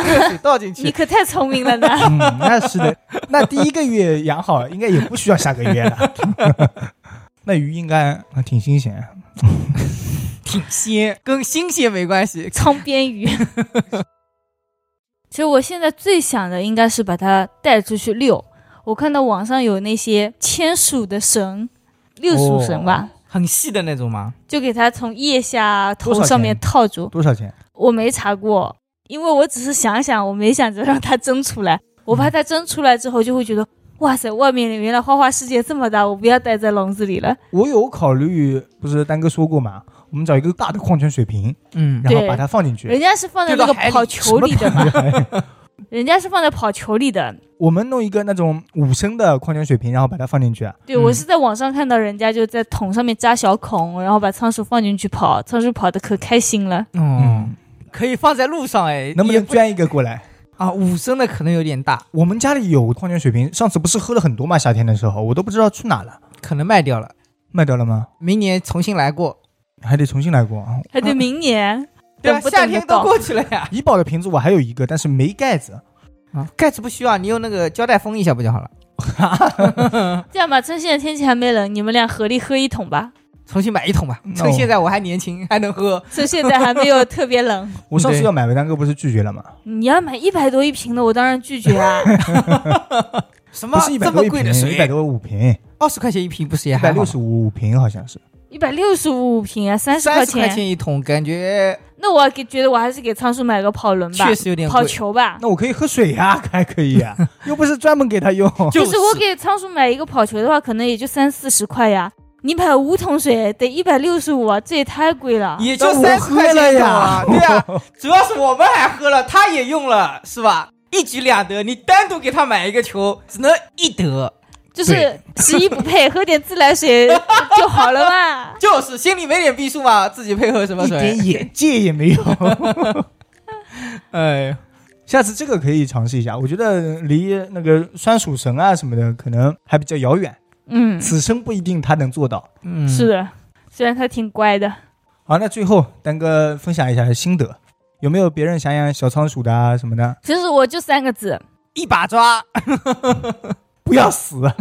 S3: 热水倒进
S2: 啊你
S3: 去。
S2: 可太聪明了呢！
S1: 嗯，那是的。那第一个月养好，应该也不需要下个月了。 那鱼应该还挺新鲜，
S3: 挺鲜，跟新鲜没关系。
S2: 仓边鱼。 其实我现在最想的应该是把它带出去遛。我看到网上有那些牵鼠的绳，遛鼠绳吧，
S3: 很细的那种吗？
S2: 就给它从腋下、
S1: 多
S2: 头
S1: 少
S2: 上面
S1: 钱
S2: 套住。
S1: 多少钱？
S2: 我没查过，因为我只是想想，我没想着让它蒸出来。我怕它蒸出来之后就会觉得，哇塞，外面原来花花世界这么大，我不要待在笼子里了。
S1: 我有考虑，不是丹哥说过嘛？我们找一个大的矿泉水瓶，
S3: 嗯
S1: 然后
S2: 对哎
S1: 把它放进去。
S2: 人家是放在
S3: 丢
S2: 那
S3: 到
S2: 个
S3: 海里
S2: 跑球里的嘛，
S1: 哎
S2: 人家是放在跑球里的。
S1: 我们弄一个那种五升的矿泉水瓶，然后把它放进去。啊
S2: 对，我
S3: 嗯
S2: 是在网上看到人家就在桶上面扎小孔，然后把仓鼠放进去跑，仓鼠跑的可开心了。
S3: 哦，
S1: 嗯，
S3: 可以放在路上哎，
S1: 能不
S3: 也
S1: 能捐一个过来？
S3: 啊？五升的可能有点大，
S1: 我们家里有矿泉水瓶，上次不是喝了很多嘛？夏天的时候，我都不知道去哪了，
S3: 可能卖掉了，
S1: 卖掉了吗？
S3: 明年重新来过。
S1: 还得重新来过啊。
S2: 还得明年，
S3: 对啊，
S2: 等不等
S3: 夏
S2: 得
S3: 天都
S2: 到
S3: 过去了呀。
S1: 怡宝的瓶子我还有一个，但是没盖子。
S3: 啊，盖子不需要，你用那个胶带封一下不就好了？
S2: 这样吧，趁现在天气还没冷，你们俩合力喝一桶吧。
S3: 重新买一桶吧，
S1: 那我
S3: 趁现在我还年轻，还能喝。
S2: 趁现在还没 有特别冷，
S1: 我上次
S3: 对
S1: 要买，丹哥不是拒绝了吗？
S2: 你要买一百多一瓶的，我当然拒绝啊。
S3: 什
S1: 不
S3: 么
S1: 是一百
S3: 这
S1: 多
S3: 么
S1: 一
S3: 贵
S1: 瓶
S3: 的，
S1: 一百
S3: 水？
S1: 多五瓶，
S3: 二十块钱一瓶不是也
S1: 一
S3: 还
S1: 百
S3: 好
S1: 六
S3: 吗？
S1: 十五瓶好像是。
S2: 一百六十五瓶啊，三十
S3: 三
S2: 块
S3: 十块
S2: 钱。
S3: 钱一桶，感觉
S2: 那我给觉得我还是给仓鼠买个跑轮吧
S3: 确，实有点
S2: 跑
S3: 贵。
S2: 球吧。
S1: 那我可以喝水 呀、还可以呀、又不是专门给他用。
S3: 就
S2: 就是我给仓鼠买一个跑球的话，可能也就三四十块呀。你买五桶水得一百六十五啊，这也太贵了。
S3: 也
S1: 那
S3: 就
S1: 我
S3: 三十块钱一桶啊，
S1: 喝了
S3: 对
S1: 呀
S3: 啊，主要是我们还喝了，他也用了，是吧？一举两得，你单独给他买一个球，只能一得，
S2: 就是
S1: 对
S2: 十一不配，喝点自来 水就好了嘛。
S3: 就是心里没点逼数嘛，自己配合什 么
S1: 一
S3: 水？
S1: 点眼界也没有。
S3: 哎，
S1: 下次这个可以尝试一下，我觉得离那个酸鼠绳啊什么的可能还比较遥远，
S2: 嗯，
S1: 此生不一定他能做到。
S3: 嗯
S2: 是的，虽然它挺乖的，
S1: 好，那最后丹哥分享一下心得，有没有别人想养小仓鼠的啊什么的？
S2: 其实我就三个字：
S3: 一把抓
S1: 不要死啊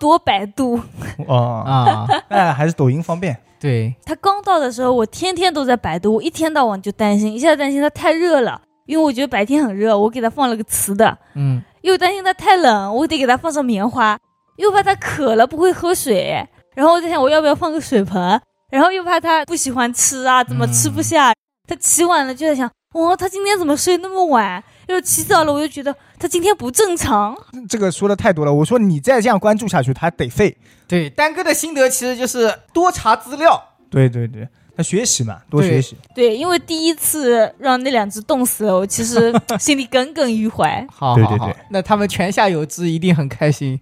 S2: 多百度。
S1: 哦，
S3: 啊！
S1: 那还是抖音方便。
S3: 对，
S2: 它刚到的时候，我天天都在百度，我一天到晚就担心，一下担心它太热了，因为我觉得白天很热，我给它放了个雌的；
S3: 嗯，
S2: 又担心它太冷，我得给它放上棉花；又怕它渴了不会喝水，然后我在想我要不要放个水盆，然后又怕它不喜欢吃啊，怎么吃不下？它起晚了就在想，哦，它今天怎么睡那么晚？又起早了，我就觉得它今天不正常。
S1: 这个说的太多了，我说你再这样关注下去，他得废。
S3: 对，丹哥的心得其实就是多查资料，
S1: 对对对，他学习嘛，多
S3: 对
S1: 学习。
S2: 对，因为第一次让那两只冻死了，我其实心里耿耿于怀。
S3: 好
S1: 对对对，
S3: 那他们泉下有知，一定很开 心，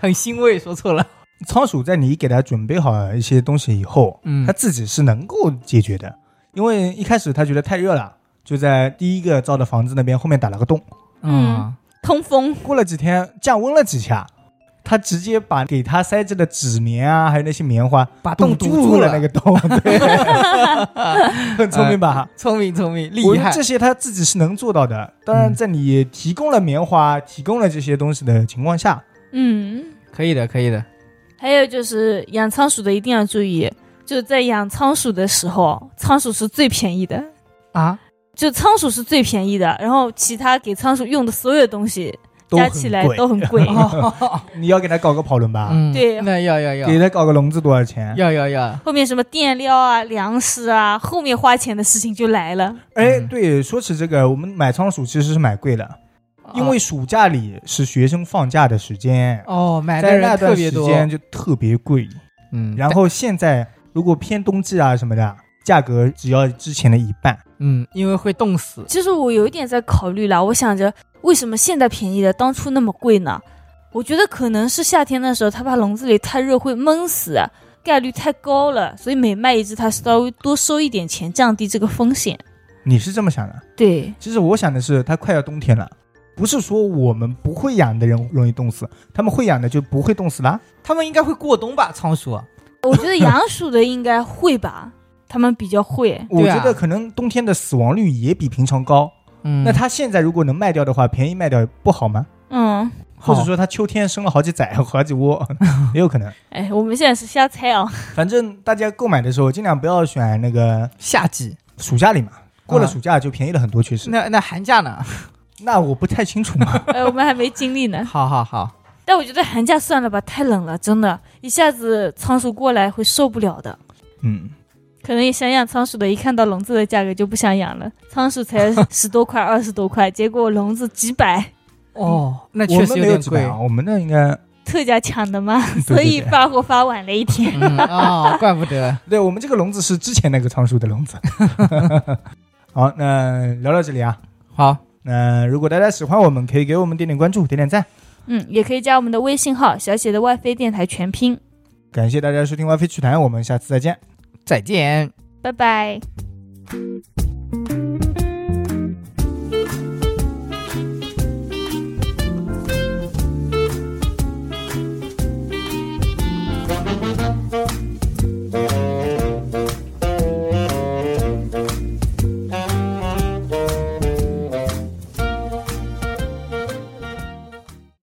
S3: 很欣慰，说错了，
S1: 仓鼠在你给它准备好一些东西以后，
S3: 嗯
S1: 它自己是能够解决的，因为一开始它觉得太热了，就在第一个造的
S3: 嗯
S1: 房子那边后面打了个洞。
S2: 嗯通风，
S1: 过了几天降温了几下，他直接把给他塞着的纸棉啊，还有那些棉花，
S3: 把洞堵
S1: 住
S3: 住
S1: 了那个洞， 对，很聪明吧？
S3: 聪明聪明，
S1: 我
S3: 厉
S1: 觉得
S3: 害
S1: 这。些他自己是能做到的。当然，
S3: 嗯
S1: 在你提供了棉花、提供了这些东西的情况下，
S2: 嗯，
S3: 可以的，可以的。
S2: 还有就是养仓鼠的一定要注意，就在养仓鼠的时候，仓鼠是最便宜的，
S3: 啊，
S2: 就仓鼠是最便宜的，然后其他给仓鼠用的所有东西
S1: 都
S2: 加
S1: 很
S2: 起来
S1: 贵
S2: 都很 贵。
S1: 你要给他搞个跑轮吧，
S3: 嗯，
S2: 对
S3: 那要要要
S1: 给他搞个笼子多少钱？
S3: 要要要，
S2: 后面什么垫料啊、粮食啊，后面花钱的事情就来了。
S1: 哎，
S3: 嗯
S1: 对，说起这个，我们买仓鼠其实是买贵的，因为暑假里是学生放假的时间，
S3: 哦，买的
S1: 在那
S3: 人特
S1: 段
S3: 别
S1: 时
S3: 多，
S1: 间就特别贵。
S3: 嗯，
S1: 然后现在如果偏冬季啊什么的，价格只要之前的一半。
S3: 嗯，因为会冻死，
S2: 其实我有一点在考虑啦，我想着为什么现在便宜的当初那么贵呢？我觉得可能是夏天的时候它怕笼子里太热会闷死，概率太高了，所以每卖一只它稍微多收一点钱，降低这个风险。
S1: 你是这么想的？
S2: 对，
S1: 其实我想的是，它快要冬天了，不是说我们不会养的人容易冻死，他们会养的就不会冻死啦。
S3: 他们应该会过冬吧？仓鼠，
S2: 我觉得养鼠的应该会吧，他们比较会。
S1: 我
S3: 对啊
S1: 觉得可能冬天的死亡率也比平常高。
S3: 嗯
S1: 那它现在如果能卖掉的话，便宜卖掉不好吗？
S2: 嗯，
S1: 或者说它秋天生了好几崽、好几 窝，也有可能。
S2: 哎，我们现在是瞎猜啊。
S1: 反正大家购买的时候，尽量不要选那个
S3: 夏季，
S1: 暑假里嘛，过了
S3: 啊
S1: 暑假就便宜了很多，确实。
S3: 那那寒假 呢？
S1: 那我不太清楚 嘛。
S2: 哎，我们还没经历呢。
S3: 好好好，
S2: 但我觉得寒假算了吧，太冷了，真的，一下子仓鼠过来会受不了的。
S1: 嗯，
S2: 可能也想养仓鼠的，一看到笼子的价格就不想养了。仓鼠 才十多块、二十多块，结果笼子几百，
S3: 哦，那
S1: 我
S3: 确实
S1: 们没有
S3: 点
S1: 几
S3: 贵
S1: 百啊，我们那应 该，
S2: 特价抢的嘛，
S1: 对
S2: 所以
S1: 对对
S2: 发货发晚了一天。
S3: 嗯啊，怪不得，
S1: 对我们这个笼子是之前那个仓鼠的笼子。 好，那聊到这里啊。
S3: 好，
S1: 那如果大家喜欢我们，可以给我们点点关注，点点赞。
S2: 嗯，也可以加我们的微信号，小写的外飞电台全拼。
S1: 感谢大家收听 WiFi 趣谈，我们下次再见。
S3: 再见。
S2: 拜拜。